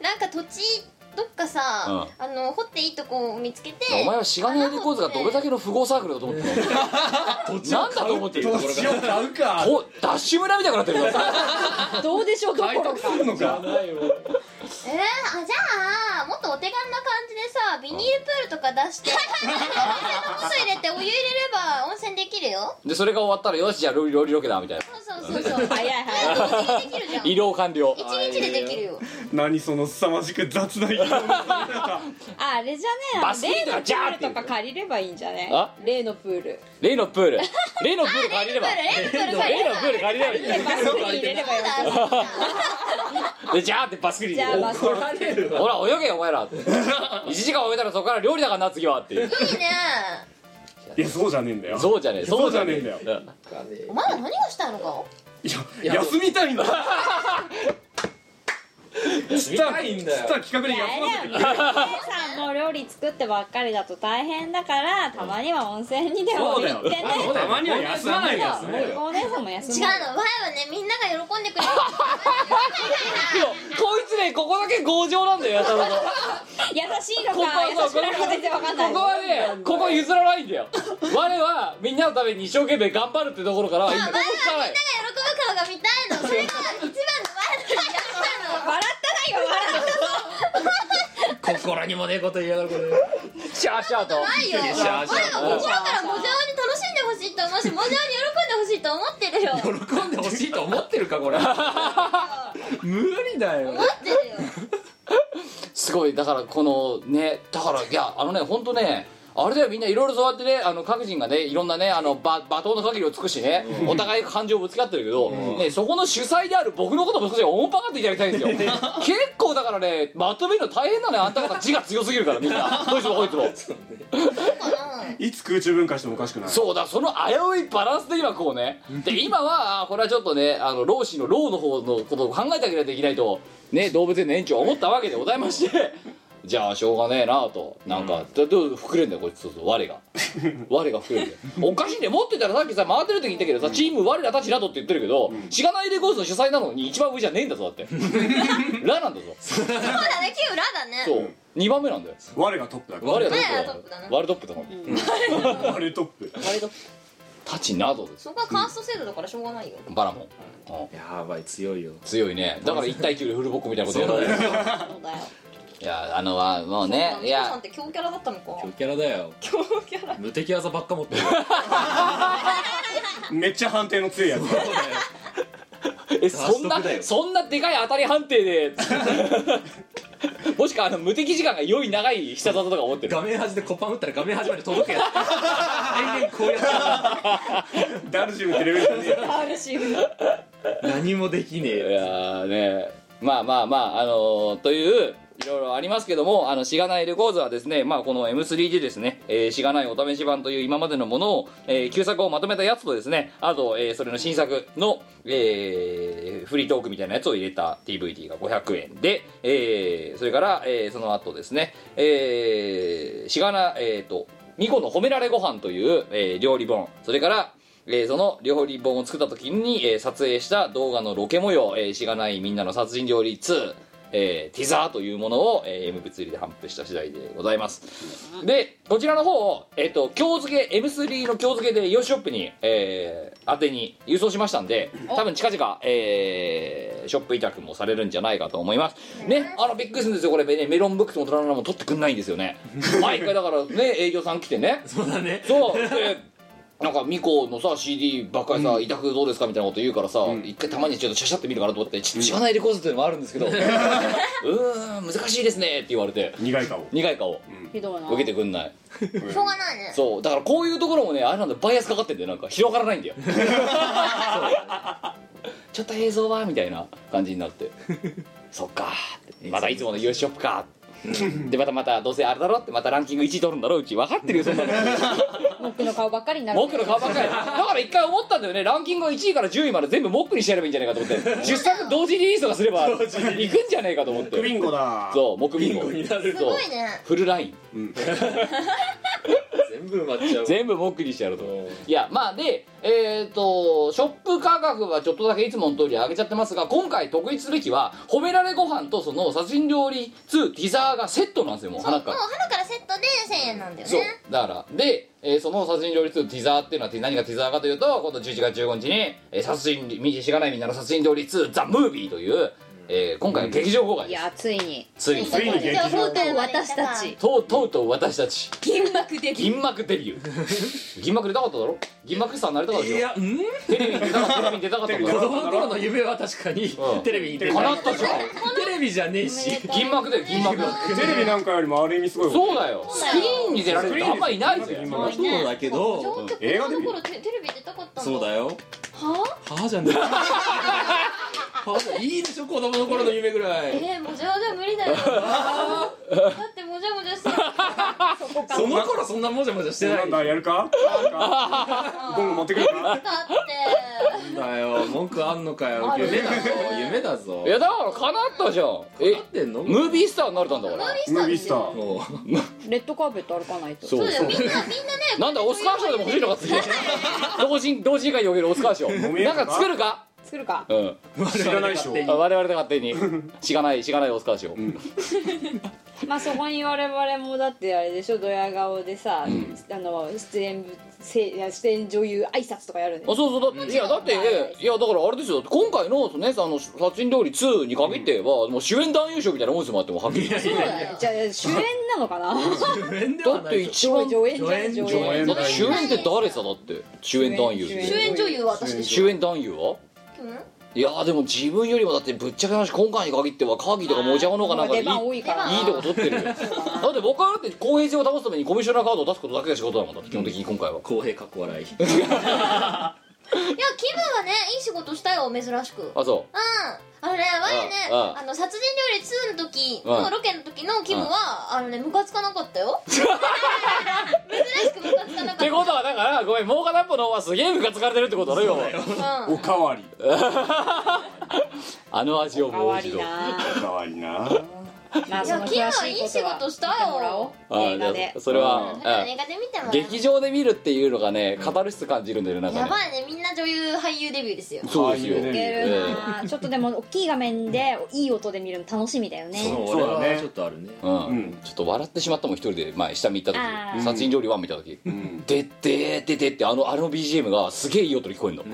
なんか土地どっかさ、あの掘っていいとこを見つけて
お前はしがないレコーズがどれだけの富豪サークルだと 思ってる
土
のなんだと思ってるのこれ
を買うか
こうダッシュ村みたいになってるよ
どうでしょうどころか
のか
えー、あじゃあもっとお手軽な感じでさビニールプールとか出してお水入れてお湯入れれば温泉できるよ
でそれが終わったらよしじゃあ料理料理ロケだみたいな
そうそうそうそう
早い
お
早い
湯できるじゃん
医療完了
一日でできるよ
何その凄まじく雑な言い方
ああれじゃね
バスケッ
例
ト
の
が
プ
ジャー
ー
っ
ル
て
とか借りればいいんじゃね
あ
例のプール
例のプール例のプール借りれ ば
レイ
例のプール借り ればいい
バスに入れればよかった
でじゃあってバスクリ
じゃあバス
怒られる わ
ほら泳げよお前らって1時間泳いだらそこから料理だからな次はっていう
いいね
いやそうじゃねえんだよ
そうじゃねえ
そうじゃねえんだよ
そうじゃね
お前ら何がしたいのか
いや休みたいんだ
見たいんだよ
さあ企画で休ませてくれ
さんも料理作ってばっかりだと大変だからたまには温泉にでも行ってね
そうだ
た
よ
まには休まないで
そうだよ
お姉さん
違うの
も休む
前はねみんなが喜んで くれる
えよこいつねここだけ強情なんだよやたら とこ
優しいの
こ
か優
は
しく
そう
ないのか全然わかんない
ここはねここ譲らないんだよ我はみんなのために一生懸命頑張るってところから一
前は
歩
みんなが
も聞かない
喜ぶ顔が見たいのそれが一番の前のやったの
笑ったな今笑った
心にもねえこと言いやがるこれ
シャーシャーと
ないよ
しゃあしゃ
俺は心からモジャオに楽しんでほしいと思うしモジャオに喜んでほしいと思ってるよ思っ
喜んでほしいと思ってるかこれ無理だよ
てるよ
すごいだからこのねだからいやあのね本当ねあれだよみんないろいろそうやってねあの各人がねいろんなねあのば罵倒の限りを尽くしねお互い感情をぶつけ合ってるけど、ね、そこの主催である僕のことも少しオンパかっていただきたいんですよ結構だからねまとめるの大変なのよあんた方字が強すぎるからみんなこいつもこいつも
いつ空中分解してもおかしくない
そうだその危ういバランスで今こうねで今はあこれはちょっとねあの老子の老の方のことを考えてあげないといけないとね動物園の園長は思ったわけでございまして じゃあしょうがねえなとなんか、だどう膨れんだよこいつそうそう我 が我が膨れんだよおかしいんだよ持ってたらさっきさ回ってる時に言ったけどさ、チーム我らたちなどって言ってるけど、しがないレコーズの主催なのに一番上じゃねえんだぞだって ラなんだぞ
そうだね旧裏だね
そう2番目なんだよ
我がトップだから
我ら
我ら
ト
トッ
ッ
プ
プ
だ
だ
な
我トップだもん
我トップ
たちなどです
そこはカースト制度だからしょうがないよ
バラモンうん
やばい強いよ
強いねだから1対9でフルボッコみたいなことやらない
そうだよ
いやあのはもうねい
美穂さん
や
って強キャラだったのか
強キャラだよ
強キャラ
無敵技ばっか持ってる
めっちゃ判定の強いやつ
そうだよ
えそんな
雑食だよ
そんなでかい当たり判定で もしくはあの無敵時間が良い長い必殺技とか思ってる
画面端でコパン打ったら画面端まで届くや つ延々こうやっ
ダルシムってレベルじゃねえよ
あるし
て何もできねえ
い
よ
やーねまあまあまああのーといういろいろありますけどもあのしがないレコーズはですねまあこの M3 でですね、えーしがないお試し版という今までのものを、えー旧作をまとめたやつとですねあと、えーそれの新作の、えーフリートークみたいなやつを入れた DVD が500円で、えーそれから、えーその後ですね、えーしがなえっ、とミコの褒められご飯という、えー料理本それからえーその料理本を作った時に、えー撮影した動画のロケ模様「えーしがないみんなの殺人料理2」えーティザーというものを、えー、M 物理で頒布した次第でございますでこちらの方を、えー、と今日付 M3 の今日付でイオシショップに、えー宛てに郵送しましたんで多分近々、えーショップ委託もされるんじゃないかと思いますねあのびっくりするんですよこれ、ね、メロンブックスもトラノラも取ってくんないんですよね 毎回だからね営業さん来てね
そうだね
そうでなんかミコのさ CD ばっかりさ、委託どうですかみたいなこと言うからさ、一回たまにちょっとシャシャって見るかなと思って「ちょっと知らないレコードっていうのもあるんですけ どうーん難しいですね」って言われて
苦い顔
苦い顔
ひどいな
受けてくんない
しょうがないね
そうだからこういうところもねあれなんだバイアスかかってんだよなんか広がらないん だよちょっと映像はみたいな感じになって そっかまたいつもの U ショップかでまたまたどうせあれだろってまたランキング1位取るんだろうち分かってるよそんなの
モックの顔ばっかりになる
モックの顔ばっかりだから一回思ったんだよねランキング1位から10位まで全部モックにしてやればいいんじゃないかと思って10作同時リリースとかすればいくんじゃないかと思って
クビンゴだ
そうモックビンゴ
になる
すごいね
フルライン
全部埋まっちゃう
全部モックにしてやるといやまあでえっ、とショップ価格はちょっとだけいつもの通り上げちゃってますが今回特筆すべきは褒められご飯とその殺人料理2ティザーがセットなんですよもう
そうも
花
う
から
花からセットで1000円なんだよ
そう
ね
だからで、えーその殺人料理2ティザーっていうのは何がティザーかというと今度11月15日に、えー殺人みしがないみんなの殺人料理2ザ・ムービーという、えー今回の劇場公開
い
です
やついに
ついに
ついに劇場
とうとう私たち
とうとうと私たち
銀幕で
銀幕デビュー銀幕出たかっただろ銀幕スターになりたかった
い
でしょ
やうん
テレビに出たかったテレビに出たかったんだ
子
ろ
供の頃の夢は確かに
うん
テレビに出
叶ったじゃん
テレビじゃねえし
銀幕だよ銀幕
テレビなんかよりもある意味すごい
そうだよスクリーンに出られる人あんまいないぜ
銀幕
そうだけど
そう上
映画
京
で
の
見る
頃テテレビ出たかったんだ
そうだよ
は
はあじゃねえはあじゃいいでしょ子供の頃の夢ぐらい
えー、もじゃもじゃ無理だよだってもじゃもじゃしてる
その頃そんなもじゃもじゃしてな
ないんだやるかなんかゴング持ってくるか
だって
だよ文句あんのかよ夢だぞ夢だぞ
いやだから叶ったじゃん
え
え
ってんの
ムービースターになれたんだから
ムービースター
もう
レッドカーペット歩かないと
そうだよみんなみんなね
なんだオスカー賞でも欲しいのか次 同人同人会におけるオスカー賞
み屋
な
か
んか作るか
作るか
うん
知らないでしょ
あ我々で勝手に知らない知らないオスカー賞
まあそこに我々もだってあれでしょドヤ顔でさ、あの出演せいや出演女優挨拶とかやるんでし
あ
ょ
そうそうだいやだってえいやだからあれですよ今回のねあの殺人料理2に限っては、もう主演男優賞みたいなもんですもんあってもうはっきりだ
そうだよじゃあ主演なのか な
主演では
っ
な
て
いでし
一番だ
上演じゃん
上演
上演
上
って主演って誰さだって主演男優っ
主
て
演女優は私でしょ
主演男優は
うん
いやーでも自分よりもだってぶっちゃけな話今回に限ってはカーギーとかモジャオの方がなんかいい
出番多いから
いいとこ取って るよだって僕はだって公平性を保つためにコミッショナーカードを出すことだけが仕事だもんだって基本的に今回は
公平かっこ笑い
いや気分はねいい仕事したよ珍しくうん
あそ
あのね我ね
ああ
あの殺人料理2の時の
あ
ロケの時の気分はあのねムカつかなかったよ珍しくムカつか
うっ
なかってた
ことはだからごめんもう片っぽの方はすげえムカつかれてるってことだろよ
うん
おかわり
あの味を
変
もう
わ
一
り
度
な
おかわりな
まあ
いや
その
キム
詳
は
し
い
い
い
こと
仕
は
事したよ
あ
映画で
じゃあそれは、
うん
あ
映画で見てもらう
劇場で見るっていうのがねカタルシス感じるんだよねなん
や
かね
ばいねみんな女優俳優デビューですよ
そうですよ
ああいう
い
ね
けるなあちょっとでも大きい画面でいい音で見るの楽しみだよね
そうれ
だね
はちょっとあるね
うん
うん
ちょっと笑ってしまったもん一人で前下見行った
あ
時
ー
殺人料理1見た時
うん
ででででってあのあの BGM がすげえいい音に聞こえんの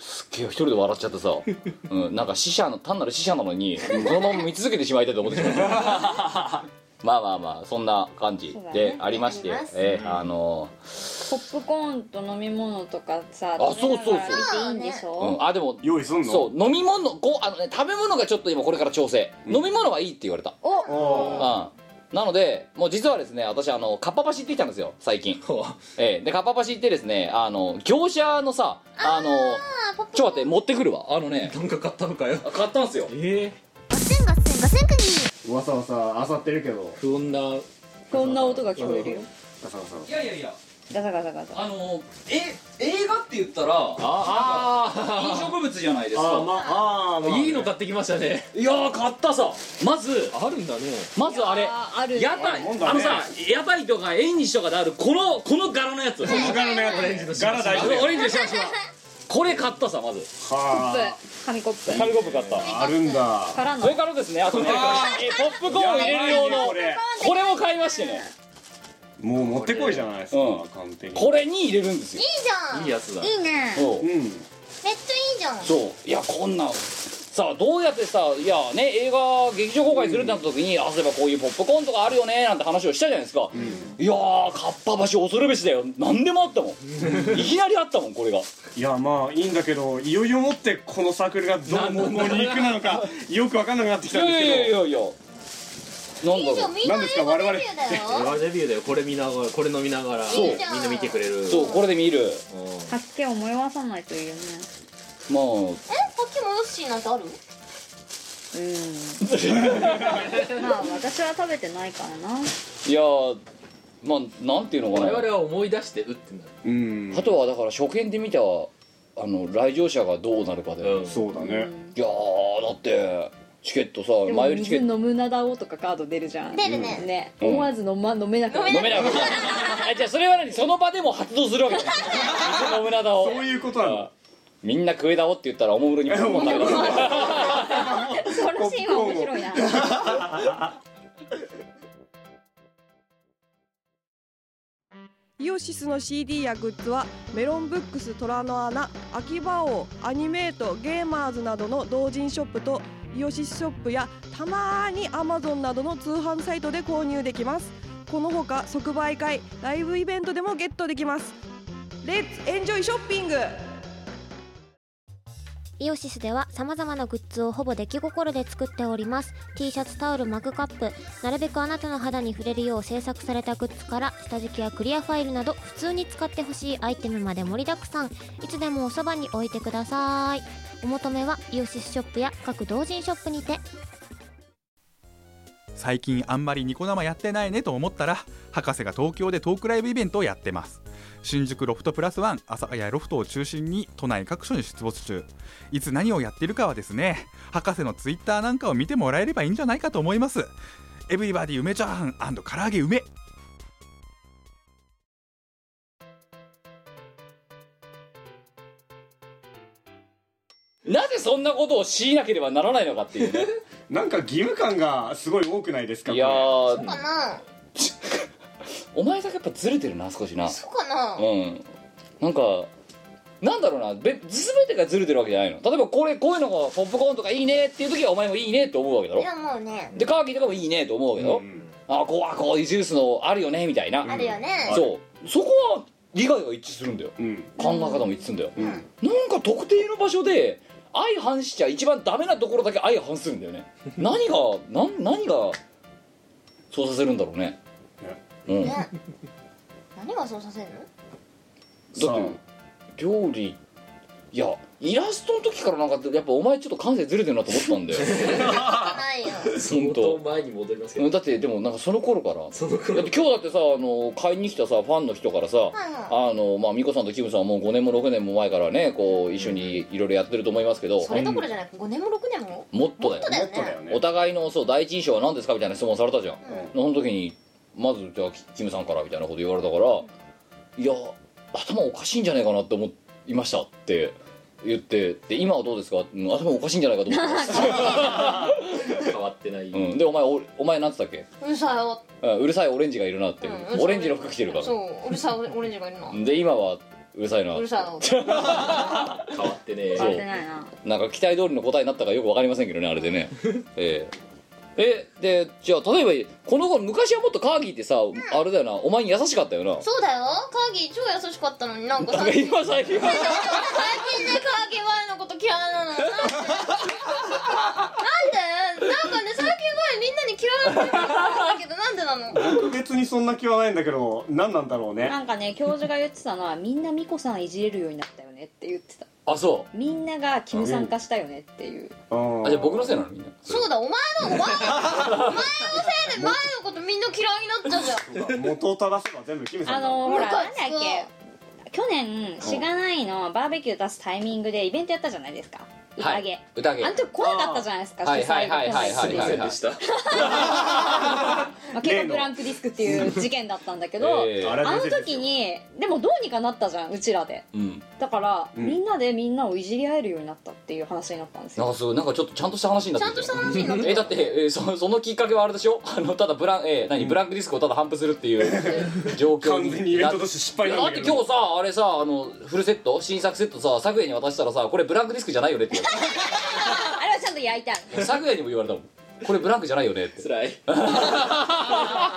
すっげえ一人で笑っちゃってさ、うん、なんか死者の単なる死者なのにこのまま見続けてしまいたいと思ってしまったまあまあまあそんな感じ
そうだね
でありまして、
あります
えーあの
ポップコーンと飲み物とかさ
あそうそうそう
食べながら見ていいんでし
ーう
ょ
んあでも
用意すんの
そう飲み物こうあの、ね、食べ物がちょっと今これから調整、飲み物はいいって言われた
お
お
うんなのでもう実はですね私あのかっぱ橋行ってきたんですよ最近、
ほ
ええでかっぱ橋行ってですねあの業者のさあの
あポップ
ちょっと待って持ってくるわあのね
うなんか買ったのかよ
買ったんすよ
ええ
ガッセンガッセンガッセンクニー
わさわさあさってるけど
不穏な
こんな音が聞こえるよ
ガサガサ
いやいやいや
ガサガサガサ
あのえ映画って言ったら
あ
飲食物じゃないです
あーまああーま
あ
あ
いいの買ってきましたね
いやー買ったさまず
あるんだね
まずあれ
あーあるね
屋台、
もんだね
あのさ屋台とか縁日とかであるこのこの柄のやつ
柄のやつ柄大
あ
事
の
だよ
オレンジのシャワシワこれ買ったさまず
はあ
紙コップ
紙コップ買った
あるんだ
からの
それからですねあとねえポップコーンを入れる用の
これ
これも買いましてね
もう持ってこいじゃないですか
うん
完璧に
これに入れるんですよ
いいじゃん
いいやつだ
いいね
そう
うん
めっちゃいいじゃん
そういやこんなんさあどうやってさいやね映画劇場公開するってなった時に、あそういえばこういうポップコーンとかあるよねなんて話をしたじゃないですか、いやーかっぱ橋恐るべしだよ何でもあったも んいきなりあったもんこれが
いやまあいいんだけどいよいよもってこのサークルがどの方向に行くなのかよく分かんなくなってき
い
たん
やい
です
やい
け
やいやなんだ
いいじゃ
ろうん
みんな
何
映
ですか
画
我
デ
々
ビューだよ
デビューだよこれ見ながらこれ飲みながら
そう
みんな見てくれる
そうこれで見る
うん
発見思い出さないといいよね
まあ
えこっちもヨッシーなんてある
うんまあ私は食べてないからない
やーまあなんていうのか
我
な
々は思い出してうってなる
どうん
あとはだから初見で見たあの来場者がどうなるかで、
うん
そうだね
いやーだってチケットさ
でも
前売りチケ
水
ット
飲むなだおとかカード出るじゃん
出るね
ね
うん
思わず飲ま飲めなくなる
飲めないわけじゃないあじゃあそれは何その場でも発動するわけだ水の無駄だを
そういうことなの
みんな食えだおって言ったらおもむろにポンポン食べた
そのシーンは面白いな
よ
イオシスの CD やグッズはメロンブックス虎の穴秋葉王アニメートゲーマーズなどの同人ショップとイオシスショップやたまーに Amazon などの通販サイトで購入できますこのほか即売会ライブイベントでもゲットできますレッツエンジョイショッピング
イオシスでは様々なグッズをほぼ出来心で作っております T シャツタオルマグカップなるべくあなたの肌に触れるよう制作されたグッズから下敷きやクリアファイルなど普通に使ってほしいアイテムまで盛りだくさんいつでもおそばに置いてくださいお求めはイオシスショップや各同人ショップにて
最近あんまりニコ生やってないねと思ったら博士が東京でトークライブイベントをやってます新宿ロフトプラスワン朝早ロフトを中心に都内各所に出没中いつ何をやってるかはですね博士のツイッターなんかを見てもらえればいいんじゃないかと思いますエブリバディ梅チャーハン唐揚げ梅
なぜそんなことを強いなければならないのかっていうね
なんか義務感がすごい多くないですか
いやー
そうかな
お前だけやっぱずれてるな少しな
そうかな
うんなんかなんだろうなべ全てがずれてるわけじゃないの例えばこれこういうのがポップコーンとかいいねっていう時はお前もいいねって思うわけだろ
いやもうね
でカーキーとかもいいねと思うわけだろ、あこうあこういうジュースのあるよねみたいな
あるよね
そうそこは理解が一致するんだよ、考え方も一致するんだよ、なんか特定の場所で相反しちゃ一番ダメなところだけ相反するんだ よね何がなん何がそうさせるんだろうねうんだ
ね何がそうさせるの
って料理いやイラストの時からなんかやっぱお前ちょっと感性ずれてるなと思ったんだよ
ないよ
相当前に戻りますけどだってでもなんかその頃からだって今日だってさあの買いに来たさファンの人からさ、あのまあ美子さんとキムさんはもう5年も6年も前からねこう一緒にいろいろやってると思いますけど
それどころじゃない5年も6年も
もっとだよ
もっとだよね
お互いのそう第一印象は何ですかみたいな質問されたじゃん、その時にまずじゃあキキムさんからみたいなこと言われたから、いや頭おかしいんじゃないかなって思いましたって言ってで今はどうですか、うん頭おかしいんじゃないかと思ってます 変わってない、うん、でお前おお前なんつったっけ、
うるさいよ
うんうるさいオレンジがいるなって、
うん
オレンジの服着てるから
そううるさいオレンジがいるな
で今はうるさいな
うるさいよ
変わってねえ
笑ってないな
なんか期待通りの答えになったかよくわかりませんけどねあれでねえええでじゃあ例えばこの子昔はもっとカーギーってさ、あれだよなお前に優しかったよな
そうだよカーギー超優しかったのになんか
な
さ
んか今最近は
最近ねカーギーワイのこと嫌いなのなんでなんでなんかね最近ワイみんなに嫌われてるんだけどなんでなの
僕別にそんな気はないんだけど何なんだろうね
なんかね教授が言ってたのはみんなミコさんいじれるようになったよねって言ってた
あそ
みんながキムさん化したよねっていう
うあじゃあ僕のせいなのみんな
そうだお前のお前のお前のせいで前のことみんな嫌いになったじゃん
元を正せば全部キムさ
あ
んだ
のほらなんだっ
ムカ
け去年しがないのバーベキュー出すタイミングでイベントやったじゃないですか
は
宴、
い宴
あの時来なかったじゃないですか
はい
主催
はいはいはいはいはいはいすいませんでした
まあ、結果ブランクディスクっていう事件だったんだけ ど、
ええ
あの時にでもどうにかなったじゃんうちらで
うん
だから、
うん
みんなでみんなをいじり合えるようになったっていう話になったんです
なん
よ
かすごいなんかちょっとちゃんとした話になってる
ちゃんとした話になってる
えだって、えーそそのきっかけはあれでしょあのただブラン、えー何ブランクディスクをただ反布するっていう状況に完全にイベントとして失敗
なんだけど
って今日さあれさあのフルセット新作セットさ昨夜に渡したらさこれブランクディスクじゃないよねって言われた
あれはちゃんと焼いた
昨夜にも言われたもんこれブランクじゃないよねって辛い
ア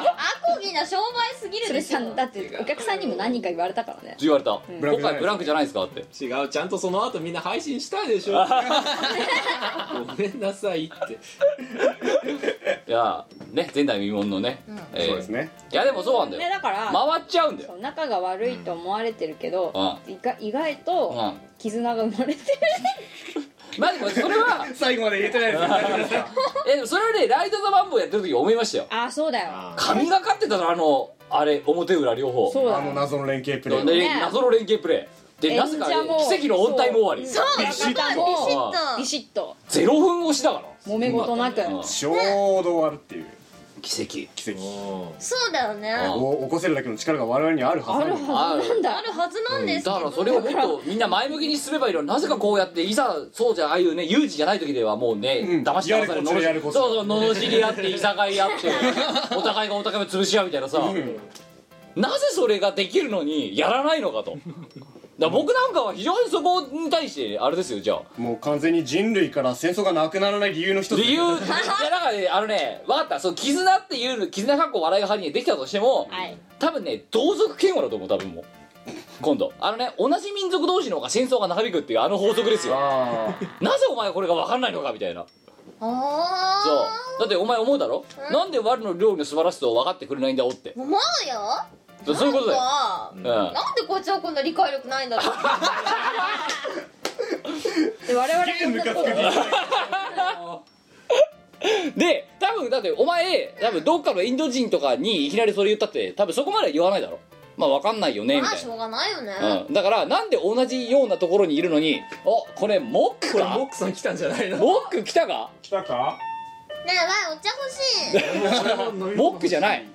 コギな商売すぎるでしょそれさだってお客さんにも何人か言われたからね
言われた、
ん
今回ブランクじゃないですかって
違うちゃんとその後みんな配信したでしょごめんなさいって
いやね前代未聞のね、
うん
そうですねいやでもそうなんだよ
ねだから
回っちゃうんだよ
そう仲が悪いと思われてるけど、
う
意外意外と
うん
絆が生まれてる、
まあでもそれは
最後まで言えてないですよ
えでもそれはねライト・ザ・バンボーやってる時思いましたよ
ああそうだよ
神がかってたのあのあれ表裏両方
そうだ
あの謎の連携プレ
で
ー
で謎の連携プレーでなぜかね
演者も
奇跡のオンタイム終わり
そうそうビシッとビシッ
ああ
ビシッと
ゼロ分押しだから
揉め事な
う
く
ん
ちょうど終わるっていう
奇跡
奇跡
そうだよね
お起こせるだけの力が我々にあるはずなのに
だあるはずなんですけ
だ
ど
からそれをもっとみんな前向きに進めばいいのになぜかこうやっていざそうじゃあああいうね有事じゃない時ではもうね、騙し騙されのの
やるこ
そうそう罵り合っていさかい合ってお互いがお互いを潰し合うみたいなさ、なぜそれができるのにやらないのかとだから僕なんかは非常にそこに対してあれですよじゃあ
もう完全に人類から戦争がなくならない理由の一つ
理由いやだからねあのね分かったそう絆っていうの絆かっこ笑いが針にできたとしても、多分ね同族嫌悪だと思う多分もう今度あのね同じ民族同士の方が戦争が長引くっていうあの法則ですよなぜお前これが分かんないのかみたいな
あ
そうだってお前思うだろ、なんで我の料理の素晴らしさを分かってくれないんだおって
思うよ
そうそういうことだよ
なんか
うん
なんでこいつはこんな理解力ないん だろう
で我々も
で多分だってお前多分どっかのインド人とかにいきなりそれ言ったって多分そこまでは言わないだろまあ分かんないよねみ
まあ
たい
しょうがないよね、
な、うん、だからなんで同じようなところにいるのにおこれモックかモックさん来たんじゃないのモック来たか来たか
ねえわいお茶欲しい
モックじゃない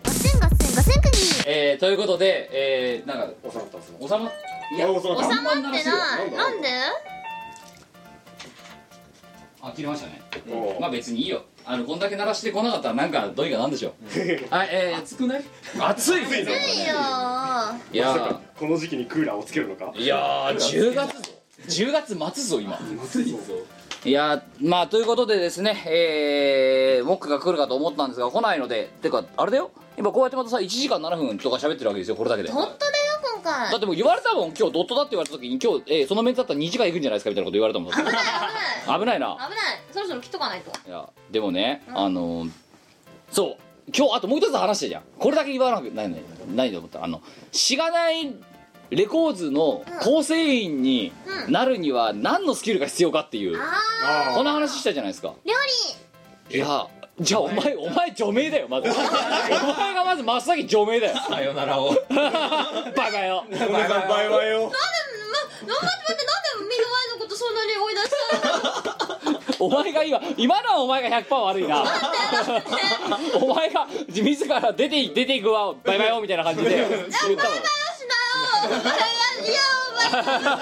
えー、ということで、えー、なんか収まった収まったいや収
収まってないなんで
あ切れましたねまあ別にいいよあのこんだけ鳴らしてこなかったらなんかどうにかなんでしょう はいえー、熱くない熱い
暑いよ
いやー
まさかこの時期にクーラーをつけるのか
いやー10月ぞ10月末ぞ今いやーまあということでですねえー、モックが来るかと思ったんですが来ないのでてかあれだよ今こうやってまたさ1時間7分とか喋ってるわけですよこれだけで
本当だよ今回
だってもう言われたもん今日ドットだって言われた時に今日、えーそのメンツだったら2時間行くんじゃないですかみたいなこと言われたもんだって危ないな
危ないそろそろ切っとかないと
いやでもね、あのーそう今日あともう一つ話してじゃんこれだけ言わなくないないないと思ったあのしがないレコーズの構成員になるには何のスキルが必要かっていう、
あ
この話したじゃないですか
料
いやじゃあお前お前除名だよまずお前がまず真っ先に除名だよ さよならをバカよ
ごめんなさいバイバイよ
理なんでまなんで待ってなんで目の前のことそんなに追い出したの
お前が今今のはお前が100%悪いな お前が自ら出てい出ていくわバイバイよみたいな感じで言ったもん
しなよ いやお前いや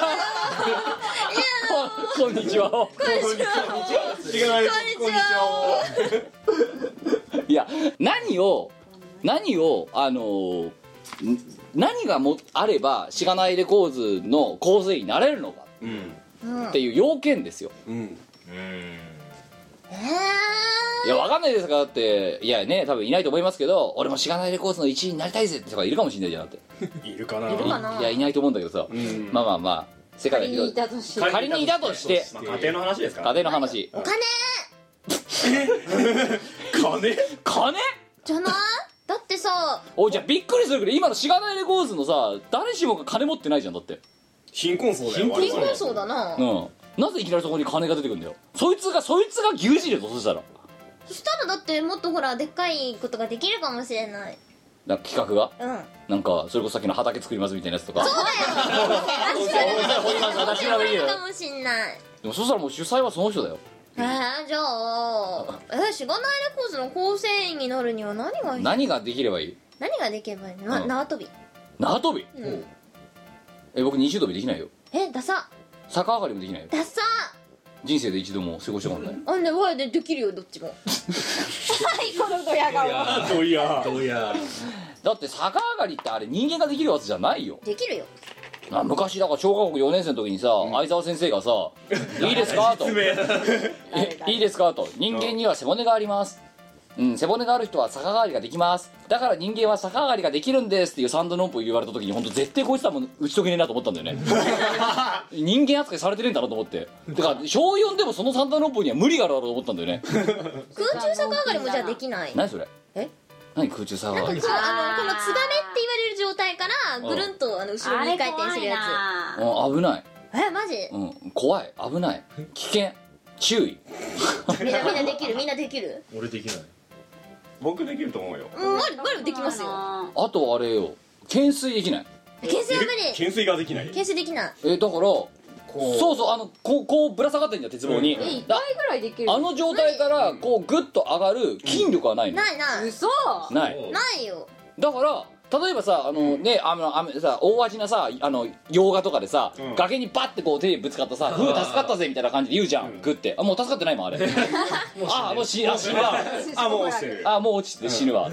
こんにちは
こ んにちはこんにちはこんにちはい
や何を何をあのーん何がもあればしがないレコーズの構成員になれるのか
うん
っていう要件ですよ、
え
いやわかんないですからだっていやね多分いないと思いますけど俺もしがないレコーズの1位になりたいぜって人がいるかもしれないじゃなくているか
いるかない
やいないと思うんだけどさ、まあまあままあ世界が広い
とし
仮にいたとして
まあ家庭の話ですから
家庭の話
お金
金金
じゃないだってさ
おいじゃあびっくりするけど今のしがないレコーズのさ誰しもが金持ってないじゃんだって貧困層だよ
貧困層だな
うんなぜいきなりそこに金が出てくるんだよそいつがそいつが牛耳るとそしたら
そしたらだってもっとほらでっかいことができるかもしれない
なんか企画が
うん
なんかそれこそさっきの畑作りますみたいなやつとかそう
私
だよ私ができる
かもしんない
でもそしたらもう主催はその人だよ
えー、じゃあえしがないレコーズの構成員になるには何がいい
何ができればいい
何ができればいいの、な
うん
縄跳び
縄跳び、
うん
え僕二重跳びできないよ
えダサ
逆上がりもできないよ
ダサ
人生で一度も過ごしたことない
あんねわいでできるよどっち もはいこのドヤ顔
どうやどうやだって逆上がりってあれ人間ができるやつじゃないよ
できるよ
な昔だから小学校4年生の時にさ、相沢先生がさ「いいですか?」と「えいいですか?」と「人間には背骨があります」うん、背骨がある人は逆上がりができますだから人間は逆上がりができるんですっていう三度の音符言われた時に本当絶対こいつ多分打ち解けねえなと思ったんだ よね人間扱いされてるんだなと思っててか小4でもその三度の音符には無理があるだろうと思ったんだ よね
空中逆上がりもじゃあできない
何それ
え
何空中逆上がり
こうあのこのつばめって言われる状態からぐるんとあの後ろに回転するや
うん危ない、
つえマジ
うん、怖い危ない危険注意
みんなみんなできるみんなできる
俺できない僕できると思うよ
うん我我できますよ
あとあれよ懸垂できない
懸垂は無理
懸垂ができない
懸垂できない
えだからそうそうあのこうこうぶら下がってんじゃん鉄棒に、
え一
だ
回ぐらいできる
あの状態からこうグッと上がる筋力はないの、
ないない
嘘
ない
ないよ
だから例えばさあのねあのあのさ大味なさあの洋画とかでさ、崖にバッてこう手ぶつかったさ「ふう助かったぜ」みたいな感じで言うじゃん、グッてあもう助かってない もんあれあもう死ぬわ
あもう落ちてる
あもう落ちて死ぬわ、う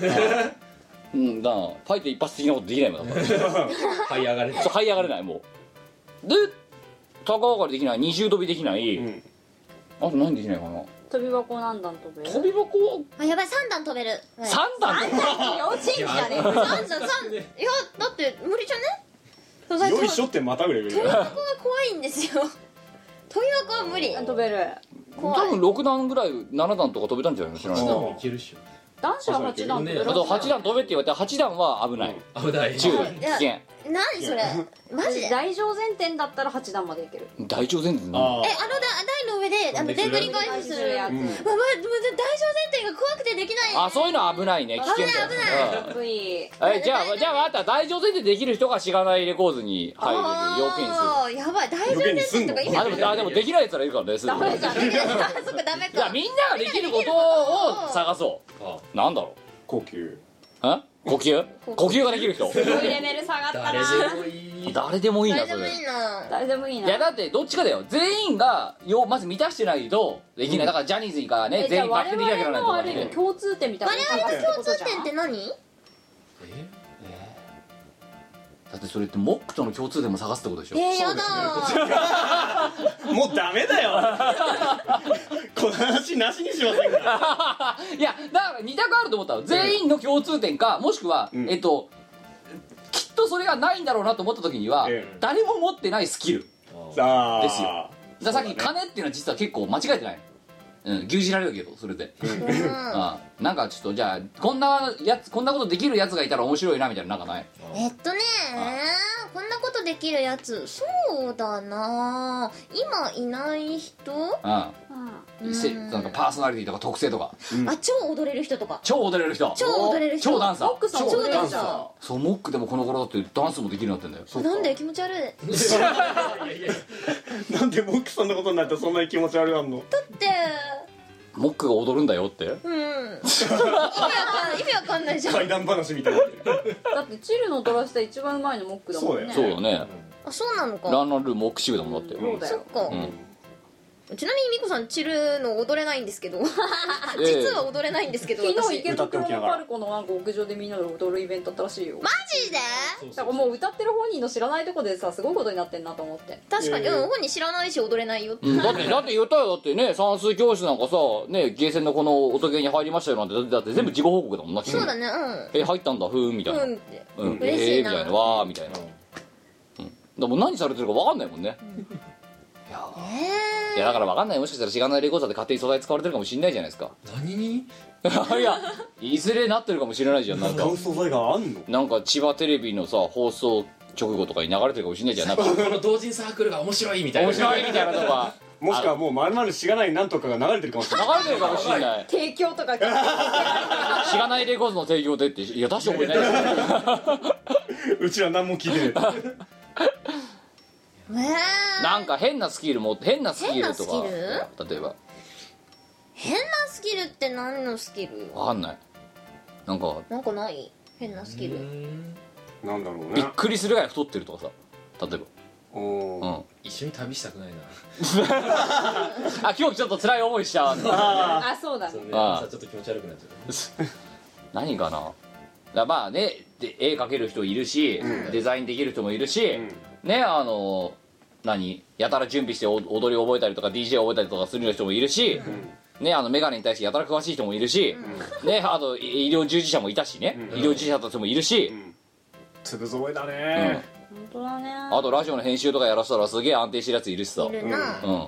んだからファイト一発的なことできないもんだから
はい上がれな い
そう這い上がれないもうで高上がりできない二重跳びできない、あと何できないかな
飛び箱何段飛べる
飛び箱
あやばい三段飛べる
三段
三段幼稚園児だね
いや
三段三いやだって無理じゃねそうだって
よいしょってまたぐれベル
飛び箱が怖いんですよ 飛び箱は無理飛
べる
多分6段ぐらい7段とか飛べたんじゃないの知らない
8段もいけるっしょ
男子は八段飛べ
あ
る
と8段飛べって言われて8段は危ない、
危ない
中
はい
危険
何それマ ジでえあ
大乗前転だったら八段までいける
大腸前転
の
あ
だ台の上であのでんぐり返しするやつ
うん
うわまあまあ大小前転が怖くてできない
あそういうの危ないね危険だよ
危ない
うん
得意
えじゃあじゃあ分かった大乗前でできる人がしがないレコーズに入れる要件にする
あーやばい大乗前転とか意味
あでもあでもできないやつらいるからねすぐ
ダ
に
メじゃんあそっかダメ
じゃ
か
あみんなができることを探そうなんだろう呼吸え呼 吸呼吸ができる人
すごいレベル下がったな
誰でもいいなそれ
大丈夫いい
い
な
やだってどっちかだよ全員がよまず満たしてないとできないだからジャニーズがね
えじ
全
ゃあ
員バッ
我
クできなきゃならないとか
々のある意味
ね
共通点みたいな
我々の共通点って何
だってそれってモックとの共通点も探すってことでし
え
ょ
ー、やだ
もうダメだよこの話なしにしませんか
いやだから2択あると思ったの全員の共通点かもしくは、えっときっとそれがないんだろうなと思った時には、誰も持ってないスキル
あー
ですよだからさっき金っていうのは実は結構間違えてないうん、牛耳られるけどそれで、あなんかちょっとじゃあこんなやつこんなことできるやつがいたら面白いなみたいななんかない
えっとねこんなことできるやつそうだな今いない人
うん、
うん
せなんかパーソナリティとか特性とか、
あ超踊れる人とか
超踊れる人
超踊れる人
超ダンサー
モックさん超ダンサー
そうモックでもこの頃だってダンスもできるようになってんだよ
なんだよ気持ち悪いだ
なんでモックさんのことになったらそんなに気持ち悪いなんの
って
モックが踊るんだよって
うん意味わかん意味わかんないじゃん
怪談話みたいになってる
だってチルのドラスタ一番うまいのモックだもんね
そうだね
あそうなのか
ランナルモックシグだもんだって
うんそっか
うん
ちなみにみこさんチルの踊れないんですけど
ええ
実は踊れないんですけど
昨
私
日池袋のパルコのなんか屋上でみんなで踊るイベントあったらしいよ
マジで
だからもう歌ってる本人の知らないとこでさすごいことになってんなと思って
確かに、
ええ
うん本人知らないし踊れないよって、
うんだってだって言ったよだってね算数教室なんかさねゲーセンのこの音ゲーに入りましたよなんてだってだって全部自己報告だもんな、
そうだねうん
え入ったんだふーんみたいな
うんって、
うん、
嬉しいな、
えーみたいなわーみたいな、うん、でも何されてるか分かんないもんね、いやだから分かんないもしかしたらしがないレコーダーで勝手に素材使われてるかもしれないじゃないですか
何に
いやいずれなってるかもしれないじゃんなんか
使う素材があんの
なんか千葉テレビのさ放送直後とかに流れてるかもしれないじゃんなんか
この同人サークルが面白いみたいな
面白いみたいなとか
もしくはもうまるまるしがないなんとかが流れてるかもし れない
流れてるかもしれない
提供とか
しがないレコーズの提供でっていや出した覚えないですよ
うちら何も聞いてない
なんか変なスキル持って変なスキルとか
変な
例えば
変なスキルって何のスキル
分かんないなんか
なんかない変なスキル
なんだろうね
びっくりするぐらい太ってるとかさ例えばうん
一緒に旅したくないな
あ今日ちょっと辛い思いしちゃう
あそうだね
そうね
ああ
朝ちょっと気持ち悪くなっちゃう
何かなだからまあねで絵描ける人いるし、デザインできる人もいるし、ねあの何やたら準備してお踊り覚えたりとか DJ 覚えたりとかする人もいるし、ねあの眼鏡に対してやたら詳しい人もいるし、ねあとい医療従事者もいたしね、医療従事者たちもいるし、
粒揃えだね
本当だね
あとラジオの編集とかやらせたらすげえ安定してるやついるしさ
いるな
うん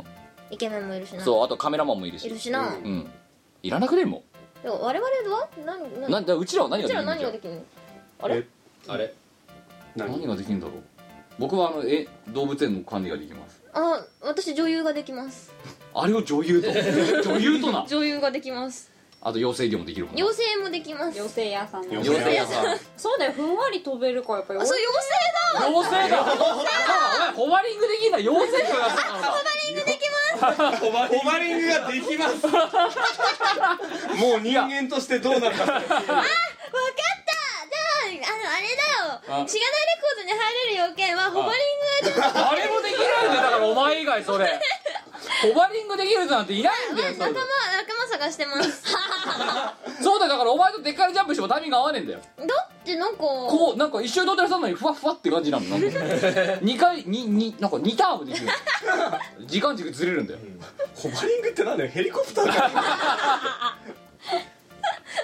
イケメンもいるしな
そうあとカメラマンもいるし
いるしな
うん、いらなくねえも
でも我々は何
んなんだうちらは何
う
がで
ち
き
ら
るんだ
何ができるのあれ
あれ何ができるんだろう僕はあのえ動物園の管理ができます
あ私女優ができます
あれを女優と女優とな
女優ができます
あと養成業もできるもんな
妖精もできます
妖精屋さん
養成屋さん
そうだよふんわり飛べるからやっぱり
あそう
妖精だ
妖精
お前ホバリングできんだ妖精業やってたのか
ホバリングができます もう人間としてどうなるか
わかったじゃああのあれだ
あ
よしがないレコードに入れる要件はホバリングがちょっと
あれもできないんだよだからお前以外それホバリングできる人なんていないんだよ
仲
そ
間
れ
仲間探してます
そうだよだからお前とでっかいジャンプしてもタイミング合わねえんだよ
だってなんか
こうなんか一周に撮ってる人なのにふわふわって感じなのなんか二回にになんか2ターンできるの時間軸ずれるんだよ、
ホバリングってなんだよヘリコプターか
だか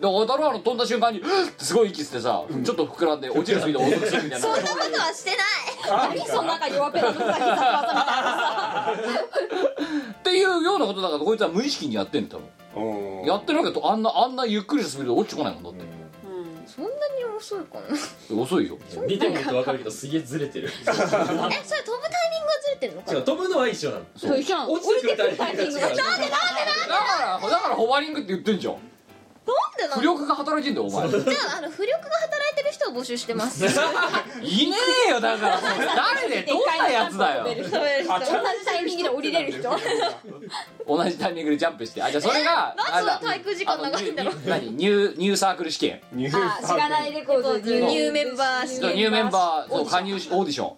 らダルハの飛んだ瞬間にってすごい息してさ、ちょっと膨らんで落ちるスピードが遅くするみたいな
そんなことはしてない
何そんな
か弱ペラの先
っていうようなことだからこいつは無意識にやってんだ多分やってるけどあんなあんなゆっくりしたスピードで落ちてこないもんだって、
そんなに遅いかなえ
遅いよ
見てみると分かるけどすげえずれてる
それ飛ぶタイミングがずれてるのか
違う飛ぶのは一緒なの
そう一緒なの
落ちてくるタイ
降りて
ミングが違う
くるタイミングが違う
だからだからホバリングって言ってんじゃん
なんでなの
浮力が働いてんだよお前
じゃああの浮力が働いてる人を募集してます
いねえよだから誰でどんなやつだよ
同じタイミングで降りれる人
同じタイミングでジャンプしてあじゃあそれが
え
あれだ
なんでそんな滞空時間長いんだろう
あのニューニュー何ニューニューサークル試験ニュ
あ知らないレコード
ニューメンバー試験
ニューメンバーそう加入しオーディション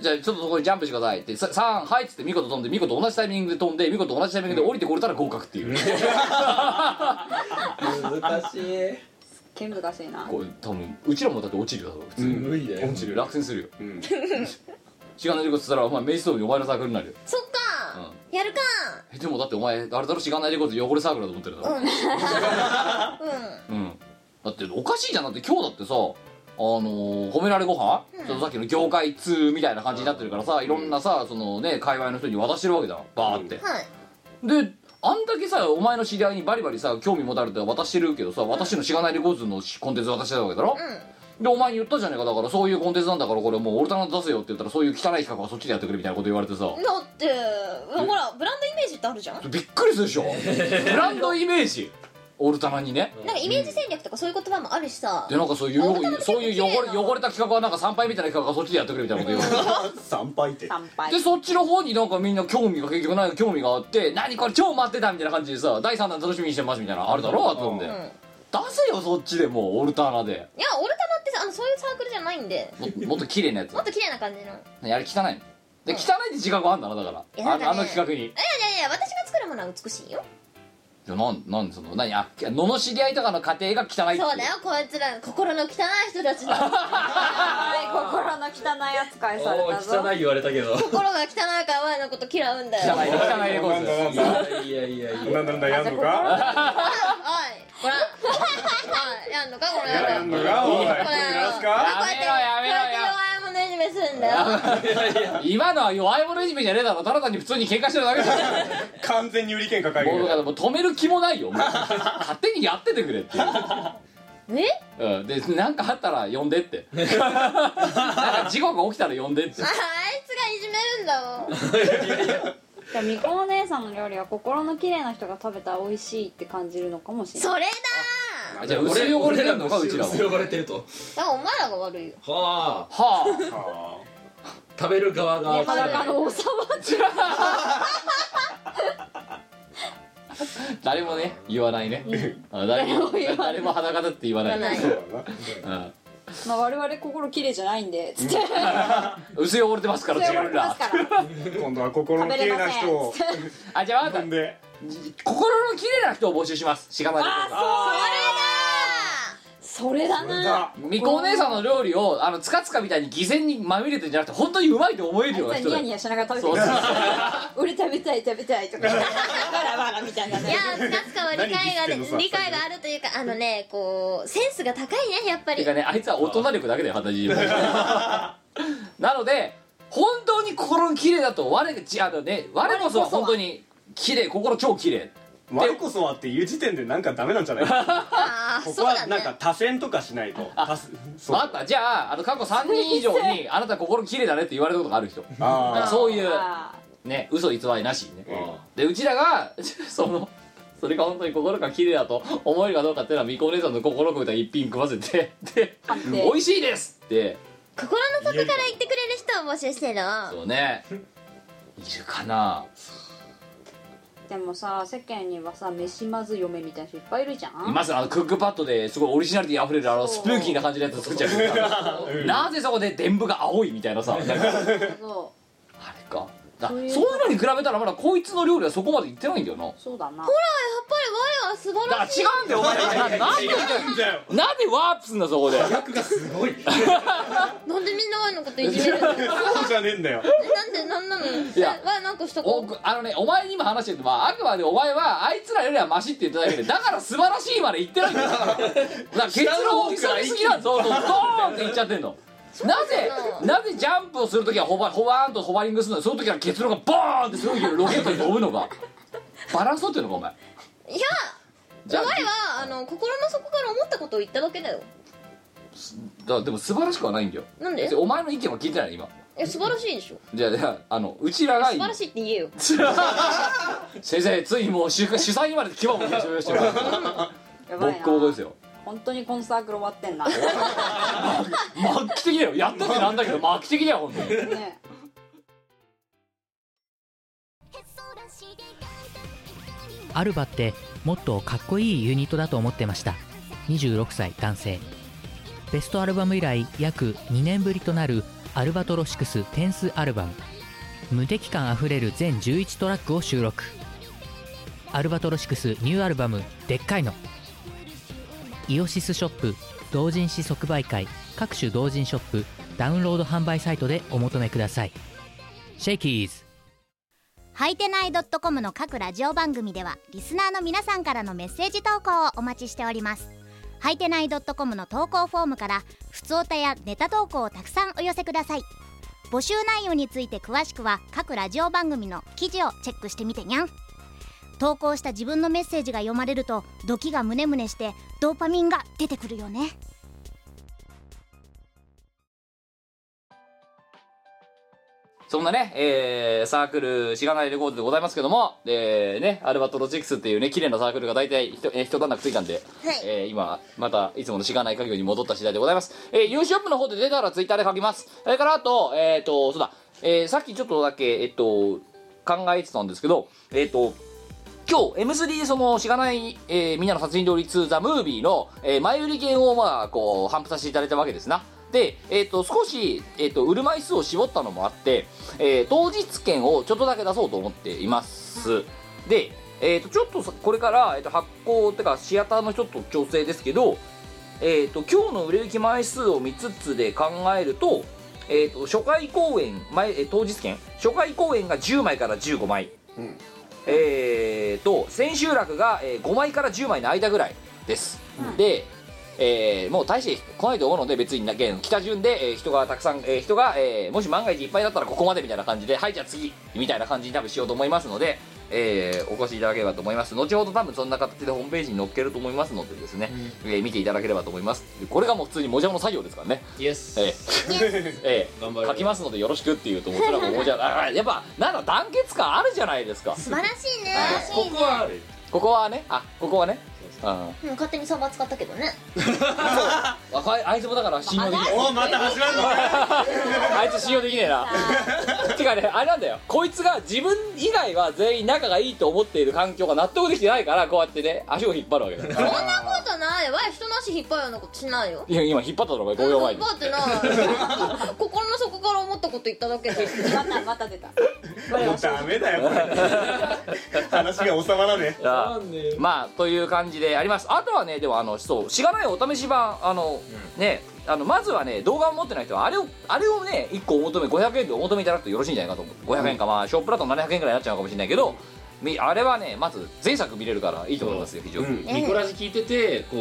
じゃあちょっとそこにジャンプしてくださいってさ3はいっつって見事飛んで見事同じタイミングで飛んで見事同じタイミングで降りてこれたら合格っていう
難しい剣難しいな
こう多分うちらもだって落ちるよ多分普通に、
無理だよ
落ちる落選するよ、 しがないレコードっつったらお前メイストーブにお前のサークルになるよ
そっかやるか
えでもだってお前あれだろしがないレコード汚れサークルだと思ってるだろ、
うん
うん、だっておかしいじゃんだって今日だってさあのー褒められご飯、ちょっとさっきの業界通みたいな感じになってるからさいろんなさそのね界隈の人に渡してるわけだバーって、
はい
であんだけさお前の知り合いにバリバリさ興味持たれて渡してるけどさ私のしがないレコーズのコンテンツ渡してたわけだろ、でお前に言ったじゃねえかだからそういうコンテンツなんだからこれもうオルタナ出せよって言ったらそういう汚い企画はそっちでやってくれみたいなこと言われてさ
だってほらブランドイメージってあるじゃん
びっくりするでしょ ブランドイメージオルタナにね
なんかイメージ戦略とかそういう言葉もあるしさ
でなんかそういうそういう汚れ汚れた企画はなんか参拝みたいな企画はそっちでやってくれみたいなこと言われて参拝って
乾杯
でそっちの方になんかみんな興味が結局ない興味があって何これ超待ってたみたいな感じでさ第3弾楽しみにしてますみたいなあるだろうと思って、
うん
出せよそっちでもうオルタナ で
いやオルタナってさあのそういうサークルじゃないんで
ももっと綺麗なやつ
もっと綺麗な感じのい
や
や
れ汚いので汚いって自覚あんだなだから
いやなんかね
ああの企画に
いやいや私が作るものは美しいよ
いやなんなんその何あ罵り合いとかの過程が汚いってい
そうだよこいつら心の汚い人たちだ
心の汚い扱いされたぞ
汚い言われたけど
心が汚いから我のこと嫌うんだよ
汚い汚いレコード
なんだなん
いやいやいや
なんだなんだやんのか
おいほらおいやんのかこれ
やんのかおい
これや
やすか
こうやってこうやって弱い者いじめすんだよ
今のは弱い者いじめじゃねえだろただ単に普通に喧嘩してるだけだよ
完全に売り喧嘩会
も
議
うだからもう止める気もないよもう勝手にやっててくれっていううん、でなんかあったら呼んでって なんか事故が起きたら呼んでって
ああいつがいじめるんだもん
じゃあみこお姉さんの料理は心の綺麗な人が食べたら美味しいって感じるのかもしれない
それだ
あじゃあ薄汚れてるのかうちらは
薄汚れてると
ーだからお前らが悪いよ
はあ
は
食べる側が
裸の王 様じ
あ 誰もね言わないね、あ誰も誰も裸だって言わない
言わない
うん
まあ我々心綺 麗じゃないんでつって
薄汚れてますから
そ
自
れ
分
俺ま
ら
すから
今度は心の綺麗な人を
あじゃあ分かった心の綺麗な人を募集しますしがない
それだな
みこお姉さんの料理をあのつかつかみたいに偽善にまみれてるんじゃなくて本当にうまいと思えるような
ニ
人だ
ヤ
よ
ニヤしながら食べてる
そう
俺食べたい食べ たいとかバラバラみたいない
やーつかは理解が、ね、理解があるというかあのねこうセンスが高いねやっぱ
て
り
かねあいつは大人力だけだよ肌自なので本当に心の綺麗だと我がちあの ね我こそは本当に綺麗心超綺麗
我こそはっていう時点でなんかダメなんじゃない
あ
ここはなんか多選とかしないと多選そう
あったじゃああの過去3人以上にあなた心綺麗だねって言われることがある人
あー
なんかそういう
あ
ね嘘偽りなしにねでうちらが そのそれが本当に心が綺麗だと思えるかどうかっていうのはみこお姉さんの心を込めた一品食わせてで
定
美味しいですって
心の底から言ってくれる人を募集してる
そうねいるかな
でもさ世間にはさ飯まず嫁みたいな人いっぱいいるじゃん
いますあのクックパッドですごいオリジナリティ溢れるあのスプーキーな感じのやつ作っちゃうなぜそこで伝部が青いみたいなさなんか
そ
かだそういうのに比べたらまだこいつの料理はそこまでいってないんだよな
そうだな
ほらやっぱり我は素晴
だから
ら
違
しい
うんだよお前な なんで
違うんだよ
なんでワープすんだそこで
なんでみんなワイのこといじめるの
そうじゃねえんだよ
えなんでなんなの
いや
ワイなんかした
お
こ
あのねお前に今話してるのはあくまでお前はあいつらよりはマシって言っただけでだから素晴らしいまで言ってないんだよだ から結論を急ぎすぎなんだぞドーンって言っちゃってんのなぜなぜジャンプをするときはホバホバーンとホバリングするのにその時は結論がボーンってすごいロケットに飛ぶのかバランス取ってるのかお前
いや
じゃあ
我はあの心の底から思ったことを言っただけだよ
だでも素晴らしくはないんだよ
なんで
別にお前の意見は聞いてない今
え素晴らしいでしょ
じゃあじゃああのうちらが
素晴らしいって 言えよ
先生ついにもう主主催にまで牙を向けてしまいましたよ
や
ボ
ばい
ッ
な
コボコですよ
本当にこのサークル終わってんな
末期的だよやったってなんだけど末期的だよ本当に
ね
アルバってもっとかっこいいユニットだと思ってました26歳男性ベストアルバム以来約2年ぶりとなるアルバトロシクステンスアルバム無敵感あふれる全11トラックを収録アルバトロシクスニューアルバム「でっかいの」イオシスショップ同人誌即売会各種同人ショップダウンロード販売サイトでお求めくださいシェイキーズ
はいてない .com の各ラジオ番組ではリスナーの皆さんからのメッセージ投稿をお待ちしておりますはいてない .com の投稿フォームから普通歌やネタ投稿をたくさんお寄せください募集内容について詳しくは各ラジオ番組の記事をチェックしてみてにゃん投稿した自分のメッセージが読まれるとドキがムネムネしてドーパミンが出てくるよね
そんなね、えーサークルしがないレコードでございますけども、えーね、アルバトロチクスっていうね綺麗なサークルが大体ひとえー一段落ついたんで、えー今またいつものしがない家業に戻った次第でございます、えー、ユーショップの方で出たらツイッターで書きますそれからあとえっ、とそうだ、えーさっきちょっとだけえっ、と考えてたんですけどえっ、と今日 M3 でそのしがない、えーみんなの殺人料理2ザムービーの、えー前売り券をまあこう頒布させていただいたわけですなで、えっと少し、えっと売る枚数を絞ったのもあって、えー当日券をちょっとだけ出そうと思っていますで、えっとちょっとさこれから、えっと発行ってかシアターの人と調整ですけど、えっと今日の売れ行き枚数を見つつで考えると,、えっと初回公演前、えー当日券初回公演が10枚から15枚えー、と千秋楽が、え5枚から10枚の間ぐらいです、で、えーもう大して来ないと思うので別にな現北順で、えー人がたくさん、えー人が、えーもし万が一いっぱいだったらここまでみたいな感じではいじゃあ次みたいな感じに多分しようと思いますので、えーお越しいただければと思います後ほど多分そんな形でホームページに載っけると思いますのでですね、えー見ていただければと思いますこれがもう普通にもじゃもの作業ですからね
イエス
ええええ、書きますのでよろしくっていうともうそれはもうじゃああやっぱなんだ団結感あるじゃないですか
素晴らしいね
ここはここはねあここはねうん
うん勝手にサーバー使ったけどね
あかいあいつもだから信用できない
あおまた始まんの
あいつ信用できねえなてかねあれなんだよこいつが自分以外は全員仲がいいと思っている環境が納得できてないからこうやってね足を引っ張るわけだ
そんなことないわい人の足引っ張るようなことしないよ
いや今引っ張ったのが5秒前
引っ
に
張ってない 心の底から思ったこと言っただけでまたまた出た
もうダメだよこれ話が収まらねえ
あまあという感じでありますあとはねでもあのそうしがないお試し版あの、ねあのまずはね動画を持ってない人はあれをあれをね1個お求め500円でお求めいただくとよろしいんじゃないかと思う500円か、まあショップだと700円ぐらいになっちゃうかもしれないけどみあれはねまず前作見れるからいいと思いますよ非常に、
ニコラジ聞いててこ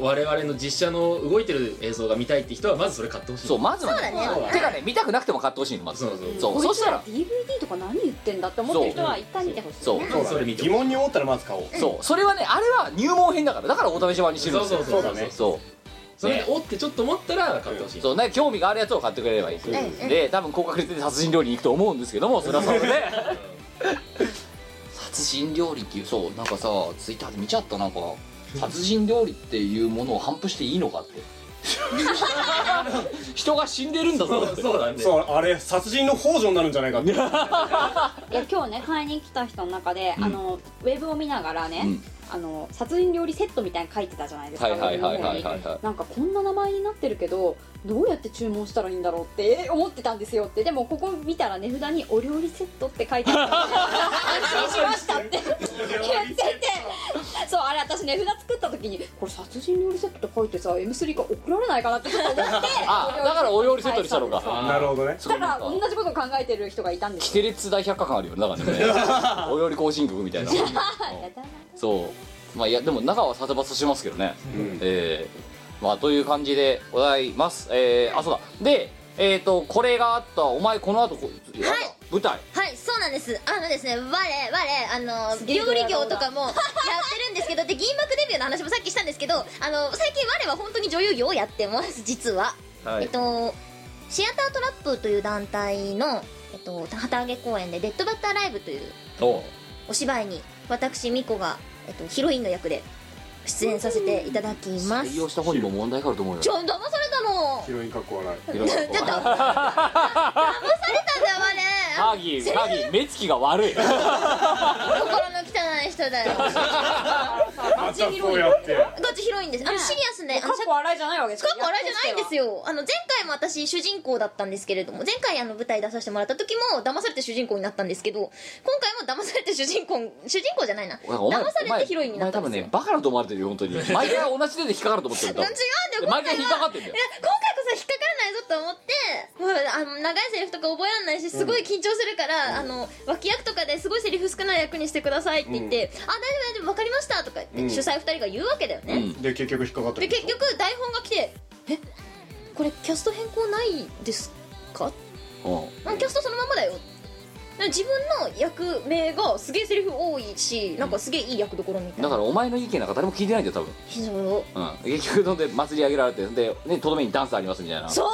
う我々の実写の動いてる映像が見たいって人はまずそれ買ってほしい
そうまずはね
そうだね
てかね見たくなくても買ってほしいのまずそうそう
こいつ
そしたら
DVD とか何言ってんだって思ってる人は一旦見てほしいね
そう
そ
れ疑問に思ったらまず買おうそうそれはねあれは入門編だからだからお試し版にしてるんですよ
そうそうそうそうだね
そう
それで
おってちょっと思ったら買ってほしい、そうね興味があるやつを買ってくれればいい、
うん
で多分高確率で殺人料理に行くと思うんですけどもそれはそれで 殺人料理っていうそうなんかさツイッターで見ちゃったなんか殺人料理っていうものを反布していいのかって人が死んでるんだぞ
そうだねそうあれ殺人の幇助になるんじゃないかって
いや今日ね買いに来た人の中で、あのウェブを見ながらね、
あの殺人料理セットみたいに書いてたじゃないですか
はいはいはいはいはいはい
上の方になんかこんな名前になってるけどどうやって注文したらいいんだろうってえ思ってたんですよってでもここ見たら値札に「お料理セット」って書いてあった安心しましたって 言っててそうあれ私値札作った時にこれ殺人料理セットって書いてさ M3 が送られないかなってちょっと思って
あだからお料理セットにしたのか
なるほどね
そしたら同じことを考えてる人がいたんです
キテレツ大百科感あるよねだからね お料理行進曲みたいな
やだな
そうまあいやでも中は殺伐としますけどね、えーまあという感じでございますえー、あそうだでえっ、ー、とこれがあったお前この後こあなた舞台
はいそうなんですあのですね我我あの
すげえ
料理業とかも や
ドラ
って
マだ
るんですけどで銀幕デビューの話もさっきしたんですけどあの最近我は本当に女優業をやってます実は、
はい
えっとシアタートラップという団体の、えっと、旗揚げ公演で「デッドバッターライブ」という
お
お芝居に私ミコが、えっと、ヒロインの役で出演させていただきます
採用した方にも問題があると思うよ
ちょ騙されたの
ヒロインかっこ笑
いヒロインかっこ
ちょっと騙されたんだよ
ハーギーハーギー目つきが悪い
我心の汚い人だよ
またそうやって
ガチヒロインですあのシリアスね
過去笑いじゃないわけです
過去笑いじゃないんですよあの前回も私主人公だったんですけれども前回あの舞台出させてもらった時も騙されて主人公になったんですけど今回も騙されて主人公主人公じゃないな
お前
騙されてヒロインになったんですよ
お前多分ねバカだと思われてるよ本当に毎回同じ手で引っかかると思ってる
違うんん だ
だ
よ今
毎
回
回
は
引っかかってんだよ
いや今回こそ引っかからないぞと思ってもうあの長いセリフとか覚えられないしすごい緊張するから、あの脇役とかですごいセリフ少ない役にしてくださいって言って「あ大丈夫大丈夫分かりました」とか言って、
うん
主催2人が言うわけだよね、
で結局引っかかった
で結局台本が来て「えこれキャスト変更ないですか?」うんキャストそのままだよ自分の役名がすげえセリフ多いしなんかすげえいい役どころみたい
だ
な
からお前の意見なんか誰も聞いてないんだよ
非常
多分、うん、結局ので祭り上げられてでねとどめにダンスありますみたいな
そう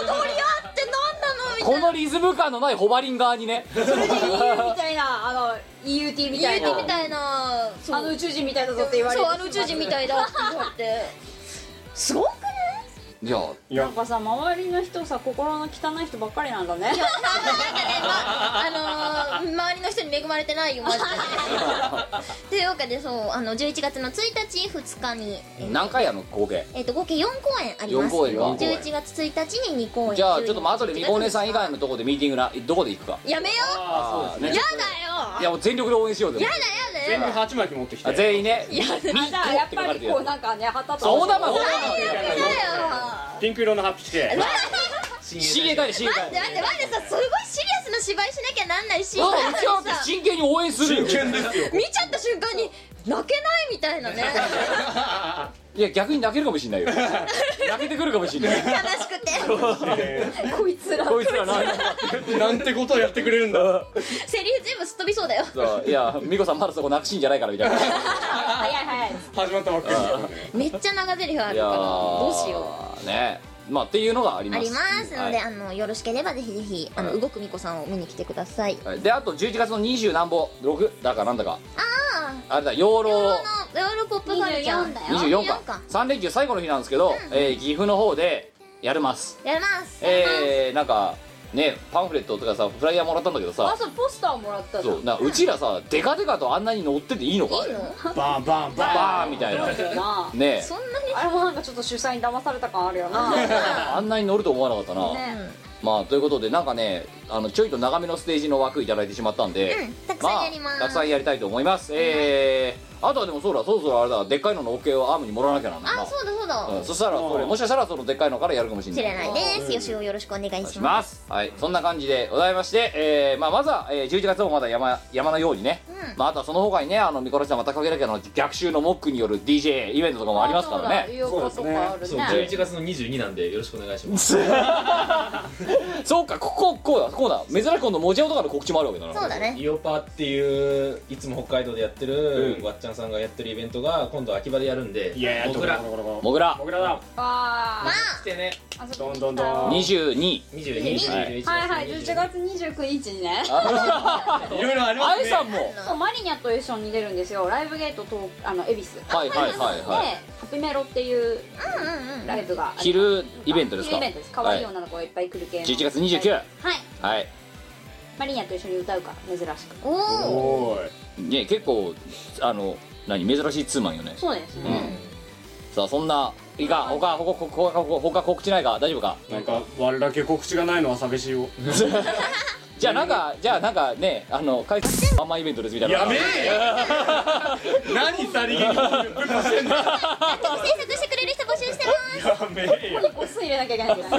踊り合ってなんなのみたいな
このリズム感のないホバリン側にね
みたいなあの EUT みたいな
EUT みたいな
あの宇宙人みたいだぞって言われて
そうあの宇宙人みたいだって言われて すごくない
やい
なんかさ周りの人さ心の汚い人ばっかりなんだね
いやあのー周りの人に恵まれてないよマジで というわけでそうあの11月の1日2日に、
何回やんの合計
えっと合計4公演あります
四公演か
11月1日に2公演
じゃあちょっとまあ後でみこお姉さん以外のとこでミーティングなどこで行くか
やめよ
あーそう
う
ですね
や
い
だよ
やもう全力で応援しようぜ
やだやだやだ
鉢巻き持ってき
あ全員ね
いやだ
あじゃあやっぱりこうなんかね旗とか
そうだま
そ
そううだま
ピンク色のハッピー着て
親衛隊
待って待って待ってさすごいシリアスな芝居しなきゃなんないし
あうちは真剣に応援するよ
真剣ですよ
見ちゃった瞬間に泣けないみたいなね
いや逆に泣けるかもしれないよ泣けてくるかもしれない
悲し くてこいつら
こいつらなん
なんてことをやってくれるんだ
セリフ全部すっ飛びそうだよ
そういや美子さんまだそこなくしんじゃないからみたいな
早い早い
始まったばっか
めっちゃ長ゼリフあ
い
る
や
から
ー
どうしよ
ねまあっていうのがあり
う
ま
あ
す
りますので、
はい
あのよろしければぜひぜひあの、動くみこさんを見に来てください
はいであと11月の20何本6だかなんだか
あ
あれだ養老
あヨーロポップカルチャー
24か3連休最後の日なんですけど、えー岐阜の方でやれます
やります
えー、なんかねパンフレットとかさフライヤーもらったんだけどさ
あそうポスターもらったじゃん
そうなうちらさデカデカとあんなに乗ってていいのかあれバンバンバンバンみたいなねえ
そんなにあれもなんかちょっと主催に騙された感あるよな
あんなに乗ると思わなかったな、
ね
まあということでなんかねあのちょいと長めのステージの枠いただいてしまったんで、
うんたくさんやります
たくさんやりたいと思います、えー、あとはでもそうだそろそろあれだでっかいののオケをアームに盛らなきゃなんないな
あそうだそうだ、
うん、そしたらそれもしかしたらそのでっかいのからやるかもしれ
知
ない
らないです、よしおよろしくお願いします
しますはいそんな感じでございまして、えーまあ、まずは、えー、11月もまだ山山のようにね、まあ、あとはその他にねあのミコラシさんまたかけなきゃの逆襲のモックによる DJ イベントとかもありますからね
そうですねそう11月の22なんでよろしくお願いします
そうかこここうだこうだ珍しく今度モジャオとかの告知もあるわけだな
そうだね
イオパっていういつも北海道でやってる、わっちゃんさんがやってるイベントが今度秋葉でやるんで
や
もぐら
もぐら
もぐらだ
わあ
来てね
どんどんどん
2222
22
はいはい11月29日にね
あいろいろありますねあえさんも
そうマリニャと一緒に出るんですよライブゲートとあの恵比寿
はいはいはいはい
でハピメロっていうライブがあり
昼イベントですか
昼イベントです可愛い女の子がいっぱい来る系の
11月29
はい
はい
マリニャと一緒に歌うから珍しく
お
ね結構あの何珍しいツーマンよね
そうですね、
さあそんないいか他他他他他他告知ないか大丈夫か
なんか我だけ告知がないのは寂しいよ
じゃあなんかじゃあなんかねあの開催マンマンイベントですみたいな
やべえよ
何さりげに
制作してくれる人募集してます
ここに個数入れなきゃいけないんですね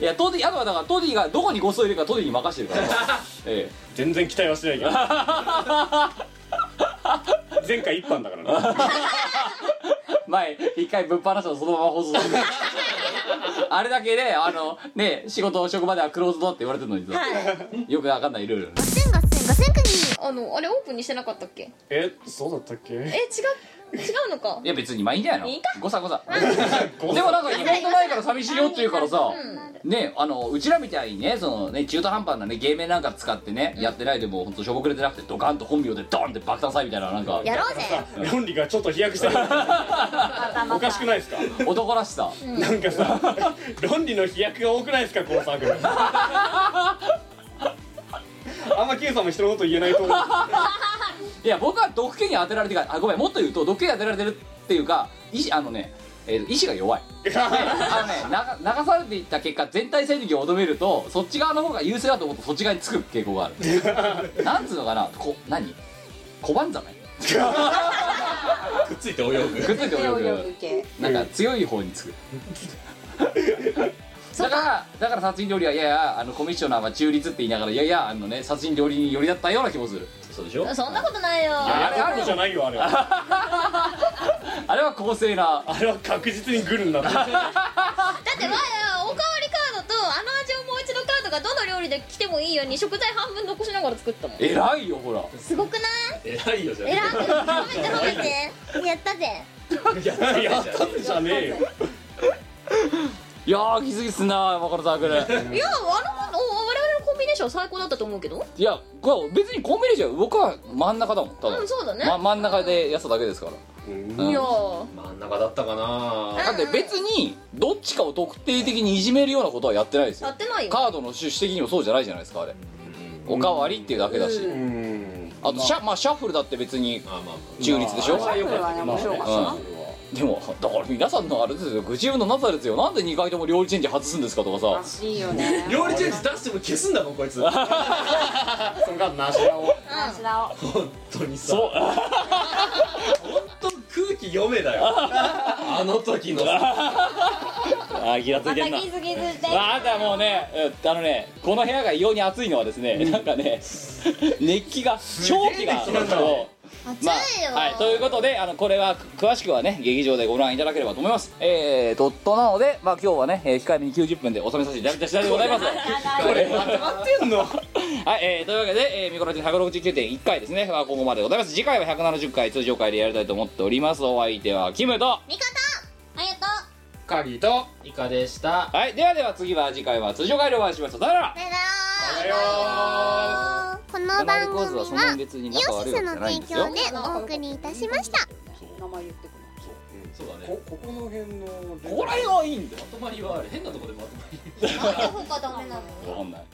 いやトディあとはだからトディがどこにごスを入れるかトディに任せてるから、ええ、
全然期待はしてないけど前回一班だからな
前一回ぶっ放したのそのまま放送するあれだけであのね仕事職場ではクローズドって言われてるのにさ、よくわかんないルール
あのあれオープンにしてなかったっけ
えそうだったっけ
え違う違うのか
いや別にまあいいんじゃない
いい
の誤差誤差でもなんか妹ないから寂しいよって言うからさ、ねあのうちらみたいにねそのね中途半端なね芸名なんか使ってね、やってないでもうほんとしょぼくれてなくてドカンと本名でドンって爆誕祭みたいななんか
やろうぜ
論理がちょっと飛躍してるおかしくないですか
男らしさ
なんかさ論理の飛躍が多くないですかこのサーク ルあんま Q さんも人のこと言えないと思う
いや僕は毒気に当てられてかあごめんもっと言うと毒気に当てられてるっていうか意志あのね、えー、意志が弱いで あのねな流されていった結果全体正義を求めるとそっち側の方が優勢だと思ってそっち側につく傾向があ るなんつうのかなこ何小ンザメ
くっついて泳ぐ
くっついて泳
手を
ぐ
泳ぐ系
なんか強い方に つくだからだから殺人料理はややあのコミッショナーは中立って言いながらややあのね殺人料理に寄りだったような気もするそうでしょ
そんなことないよ
やあれある
じゃないよあれは
あれは公正 な
あれは確実にグルになってる
だってわあおかわりカードとあの味をもう一度カードがどの料理で来てもいいように食材半分残しながら作ったもん
偉いよほら
すごくない
偉いよじゃ
えら褒めて褒めてやったぜ
いやったぜじゃねえよ
いやー気づきっすなマカロサークル
いやあのお我々のコンビネーション最高だったと思うけど
いやこれ別にコンビニじゃん僕は真ん中だもんただ、
うんそうだね
ま、真ん中でやっただけですから、うん
いや
真ん中だったかな
だって別にどっちかを特定的にいじめるようなことはやってないですよ
やってないよ
カードの趣旨的にもそうじゃないじゃないですかあれおかわりっていうだけだしあとシャ,、まあ、シャッフルだって別に中立でしょ、
まああれは良かったけどねシャッフルはね面白かったな
うんでもだから皆さんのあれですよご自分の中ですよなんで2回とも料理チェンジ外すんですかとかさ
しいよね
料理チェンジ出しても消すんだもんこい つ
それからなしらを
私だ お
本当に そう本当空気読めだよ あの時の
あーギラついてんな
ギズギズして
ああんたもうねうんあのねこの部屋が異様に暑いのはですね、なんかね 熱気が蒸気が
熱気なんだ
そう
熱い
ま
よ、
あはい、ということであのこれは詳しくはね劇場でご覧いただければと思いますえー、ドットなので、まあ、今日はね、えー控えめに90分で収めさせていただいた次第でございます
これまとまってん の
はい、えーというわけで、えー、ミコラジ169.1回ですね、まあ、ここまででございます次回は170回通常回でやりたいと思っておりますお相手はキムと
味方あやと
カギとイカでした
はいではでは次は次回は通常回でお会いしましょうさよなら
この番組は
この番組は
イオシスの提供で
お
お送りいたしました
名前言ってく
そうだね
ここの辺の
ここら辺はいいんだよ
まとまりはある変なとこでまとまり
なんで他ダメなの
わかんない